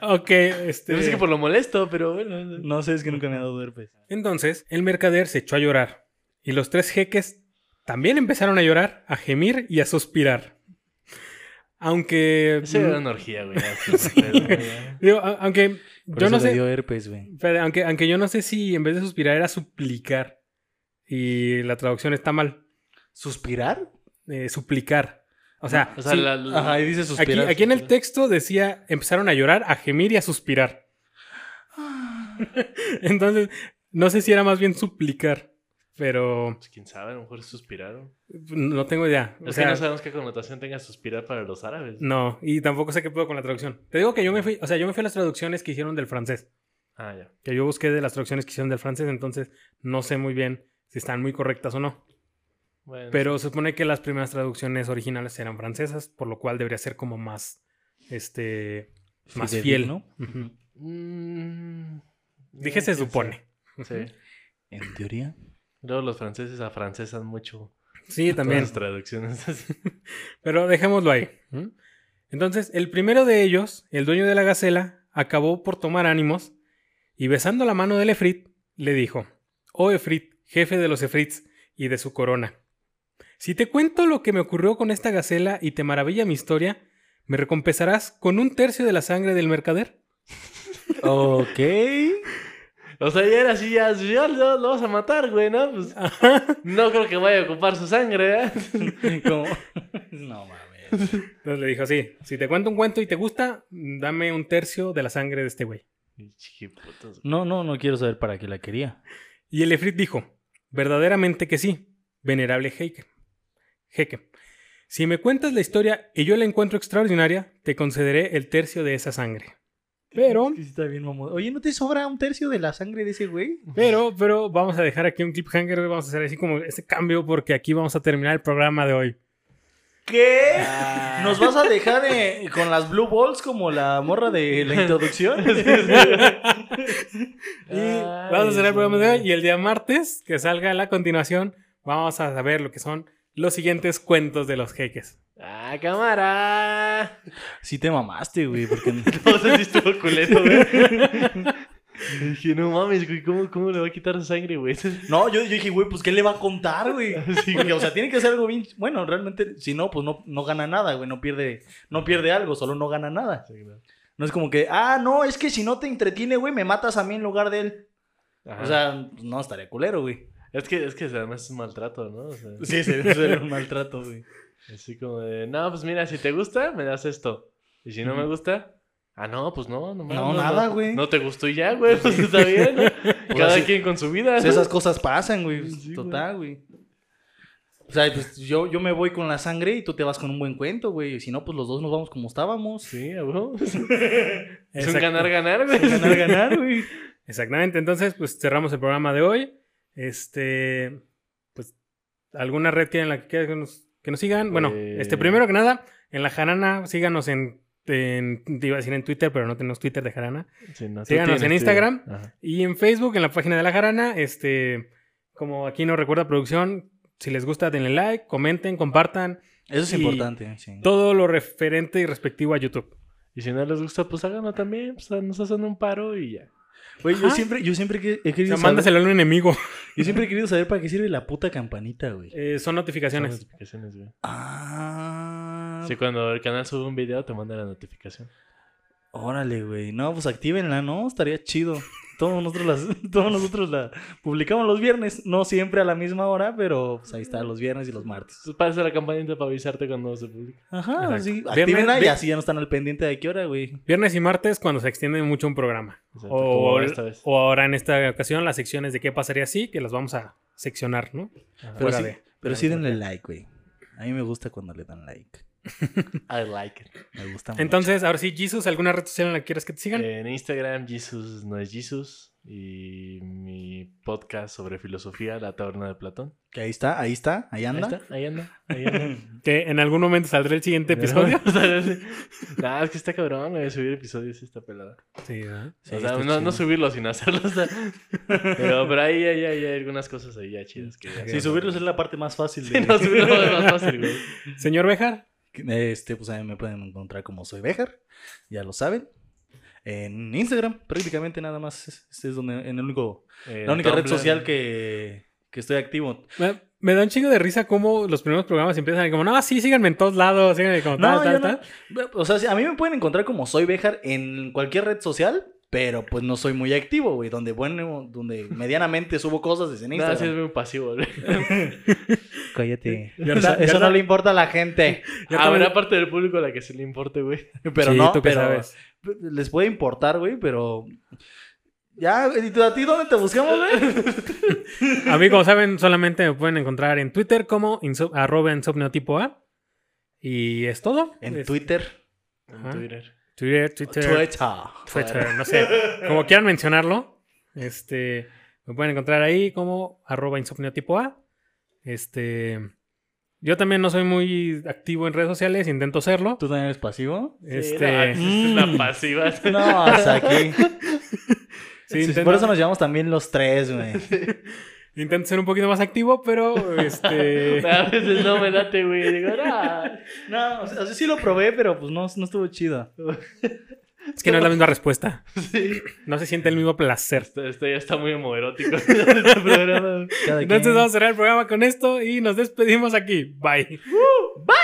C: ok, este.
A: Yo sé Pues que por lo molesto, pero bueno.
B: No sé, es que nunca me ha dado herpes.
C: Entonces, el mercader se echó a llorar. Y los tres jeques también empezaron a llorar, a gemir y a suspirar. Aunque. mm,
A: Eso era una orgía, güey. así, pero, güey.
C: Digo, a- aunque
B: Por
C: yo
B: eso
C: no
B: le
C: sé.
B: dio herpes, güey.
C: Espera, aunque, aunque yo no sé si en vez de suspirar era suplicar. Y la traducción está mal.
B: ¿Suspirar?
C: Eh, suplicar. O sea,
A: O sea,
C: sí,
A: la- la-
B: Ajá, y dice
C: aquí,
B: suspirar.
C: aquí en el texto decía empezaron a llorar, a gemir y a suspirar.
B: Ah.
C: Entonces, no sé si era más bien suplicar. Pero
A: pues, quién sabe, a lo mejor suspiraron.
C: no tengo idea. O
A: es
C: sea, Mm.
A: que no sabemos qué connotación tenga suspirar para los árabes.
C: no, y tampoco sé qué puedo con la traducción. Te digo que yo me fui, o sea, yo me fui a las traducciones que hicieron del francés.
A: Ah, ya.
C: que yo busqué de las traducciones que hicieron del francés, entonces no sé muy bien si están muy correctas o no.
A: Bueno,
C: Pero se supone que las primeras traducciones originales eran francesas, por lo cual debería ser como más, este, más fiel.
B: Fidedigno.
C: Ujú.
A: mm,
C: Dije
A: no,
C: se
A: quién
C: supone.
A: sabe. Sí.
B: En teoría.
A: Luego los franceses afrancesan mucho
C: Sí,
A: también
C: también.
A: las traducciones.
C: Pero dejémoslo ahí. ¿Mm? Entonces, el primero de ellos, el dueño de la gacela, acabó por tomar ánimos y besando la mano del Efrit, le dijo: Oh Efrit, jefe de los Efrits y de su corona, si te cuento lo que me ocurrió con esta gacela y te maravilla mi historia, ¿me recompensarás con un tercio de la sangre del mercader?
B: Ok.
A: o sea, ya era así, ya, ya lo, lo vas a matar, güey, ¿no? Pues, no creo que vaya a ocupar su sangre, ¿eh?
B: Como- No mames.
C: Entonces le dijo: Sí, si te cuento un cuento y te gusta, dame un tercio de la sangre de este güey.
A: Y chiquiputos, güey.
B: No, no, no quiero saber para qué la quería.
C: Y el Efrit dijo: Verdaderamente que sí, venerable Jeque. Jeque, si me cuentas la historia y yo la encuentro extraordinaria, te concederé el tercio de esa sangre. Pero,
B: Sí, está bien, mamón. Oye, ¿no te sobra un tercio de la sangre de ese güey?
C: pero, pero vamos a dejar aquí un cliffhanger, vamos a hacer así como este cambio porque aquí vamos a terminar el programa de hoy.
B: ¿Qué? ¿Nos vas a dejar eh, con las blue balls como la morra de la introducción?
C: Y
A: Ay,
C: vamos a hacer el programa de
A: güey.
C: hoy y el día martes que salga la continuación vamos a saber lo que son los siguientes cuentos de los jeques.
A: ¡Ah, cámara!
B: Sí te mamaste, güey, porque...
A: No sé si estuvo culeto, güey. Dije, no mames, güey, ¿cómo, cómo le va a quitar su sangre, güey?
B: No, yo, yo dije, güey, pues ¿qué le va a contar, güey?
A: Sí,
B: Porque, o sea, tiene que ser algo bien... Bueno, realmente, si no, pues no, no gana nada, güey, no pierde, no pierde algo, solo no gana nada.
A: Sí, no.
B: No es como que, ah, no, es que si no te entretiene, güey, me matas a mí en lugar de él.
A: Ajá.
B: O sea, pues, no, estaría culero, güey.
A: es que, es que además es un maltrato, ¿no? O sea,
B: Sí, sí, eso era un maltrato, güey.
A: así como de, no, pues mira, si te gusta, me das esto. Y si no me gusta, ah, no, pues no, no, mames,
B: No, nada, güey.
A: No te gustó y ya, güey, pues está bien. ¿no? Cada
B: así-
A: quien con su vida.
B: O sea,
A: ¿no?
B: esas cosas pasan, güey.
A: Sí,
B: Total, güey. O sea, pues yo, yo me voy con la sangre y tú te vas con un buen cuento, güey. Y Si no, pues los dos nos vamos como estábamos.
A: Sí, a huevo. Es un
C: Exacto.
A: ganar-ganar, güey.
B: Ganar, ganar, güey.
C: Exactamente, entonces pues cerramos el programa de hoy. Este, pues, ¿alguna red tienen la que quieran que nos, que nos sigan? Bueno,
A: Eh.
C: este, primero que nada, en la Jarana, síganos en, en, te iba a decir en Twitter, pero no tenemos Twitter de Jarana.
A: Sí, no, tú
C: Síganos en
A: tienes, tú.
C: Instagram.
A: Ajá.
C: Y en Facebook, en la página de la Jarana, este, como aquí nos recuerda producción, si les gusta denle like, comenten, compartan,
B: Eso es
C: Y
B: importante, sí.
C: todo lo referente y respectivo a YouTube.
A: Y si no les gusta, pues háganlo también. Pues nos hacen un paro y ya.
B: Güey, yo
C: Ajá.
B: siempre, yo siempre que- he
C: O
B: querido
C: sea,
B: saber,
C: mándaselo a un enemigo.
B: yo siempre he querido saber para qué sirve la puta campanita, güey.
C: Eh, son
A: Son
C: notificaciones.
A: notificaciones, güey.
B: Ah,
A: Sí, cuando el canal sube un video te manda la notificación.
B: órale, güey. No, pues actívenla, ¿no? Estaría chido. Todos nosotros las, todos nosotros la publicamos los viernes, no siempre a la misma hora, pero pues ahí está, los viernes y los martes.
A: Entonces pasa la campanita para avisarte cuando se publica.
B: Ajá,
C: Exacto.
B: sí.
C: Viernes-
B: Actívenla y
C: vi-
B: así ya no están al pendiente de qué hora, güey.
C: Viernes y martes cuando se extiende mucho un programa.
A: Exacto,
C: O,
A: como esta vez.
C: o ahora en esta ocasión las secciones de qué pasaría así, que las vamos a seccionar, ¿no?
B: Pero
C: Fuera
B: sí,
C: de-
B: pero
C: de
B: sí
C: la
B: denle like, güey. A mí me gusta cuando le dan like.
A: I like it.
B: Me gusta mucho.
C: Entonces, ahora sí, Jesus, ¿alguna red social en la que quieras que te sigan?
A: En Instagram, Jesus no es Jesus. Y mi podcast sobre filosofía, La Taberna de Platón.
B: Que ahí está, ahí está, ahí anda.
A: Ahí está, ahí anda. Ahí anda.
C: Que en algún momento saldrá el siguiente
B: ¿Este
C: episodio.
A: O sea, es- nah, es que está cabrón, güey, subir episodios sí está pelada.
C: Sí, ¿verdad?
B: Sí,
A: o sea,
B: está
A: no, no
B: chido.
A: subirlos, sino hacerlos. o sea, pero, pero ahí hay, hay, hay algunas cosas ahí ya chidas. Que
B: Sí, subirlos es la parte más fácil.
A: Sí,
B: De...
A: no, subirlos es más fácil, güey.
C: Señor Bejar,
B: Este, pues a mí me pueden encontrar como soy Bejar, ya lo saben. En Instagram, prácticamente nada más. es- Este es donde, en el único,
A: Eh,
B: la única red
A: Tumblr,
B: social que, que estoy activo.
C: Me, me da un chingo de risa cómo los primeros programas empiezan como, no, sí, síganme en todos lados, síganme como
B: No,
C: tal,
B: yo
C: tal,
B: no.
C: tal.
B: O sea, sí, a mí me pueden encontrar como soy Bejar en cualquier red social, pero pues no soy muy activo, güey. Donde, bueno, donde medianamente subo cosas desde en
A: Nada, sí es
B: Instagram.
A: muy pasivo. güey.
B: Cállate.
C: Ya
B: Eso,
C: está- ya
B: eso
C: está-
B: no le importa a la gente.
C: Ya
A: Habrá
C: también-
A: parte Ah, del público a la que sí le importe, güey.
B: Pero
C: Sí,
B: no,
C: tú que
B: pero
C: sabes.
B: les puede importar, güey, pero... Ya, ¿y tú- a ti dónde te buscamos, güey?
C: A mí, como saben, solamente me pueden encontrar en Twitter como inso- arroba insomniotipo A. Y es todo.
B: En
C: Es-
B: Twitter.
A: En
C: Ajá.
A: Twitter.
C: Twitter, Twitter,
B: Twitter.
C: Twitter, no sé. Como quieran mencionarlo. Este, me pueden encontrar ahí como arroba insomniotipo A. Este, yo también no soy muy activo en redes sociales, intento serlo.
B: ¿Tú también eres pasivo?
A: Sí, la,
C: Este,
A: es la
B: Mm.
A: pasiva.
B: No, hasta aquí.
C: sí,
B: Sí,
C: intento-
B: por eso nos llevamos también los tres, güey.
C: Intento ser un poquito más activo, pero este.
A: A veces no me late, güey. Digo, "Ah".
B: No, o sea, sí lo probé, pero pues no, no estuvo chido.
C: es que no es la misma respuesta.
A: Sí.
C: No se siente el mismo placer.
A: Esto, esto Este, ya está muy homoerótico. este programa.
B: Cada
C: Entonces
B: quien.
C: vamos a cerrar el programa con esto y nos despedimos aquí. Bye.
A: ¡Bye!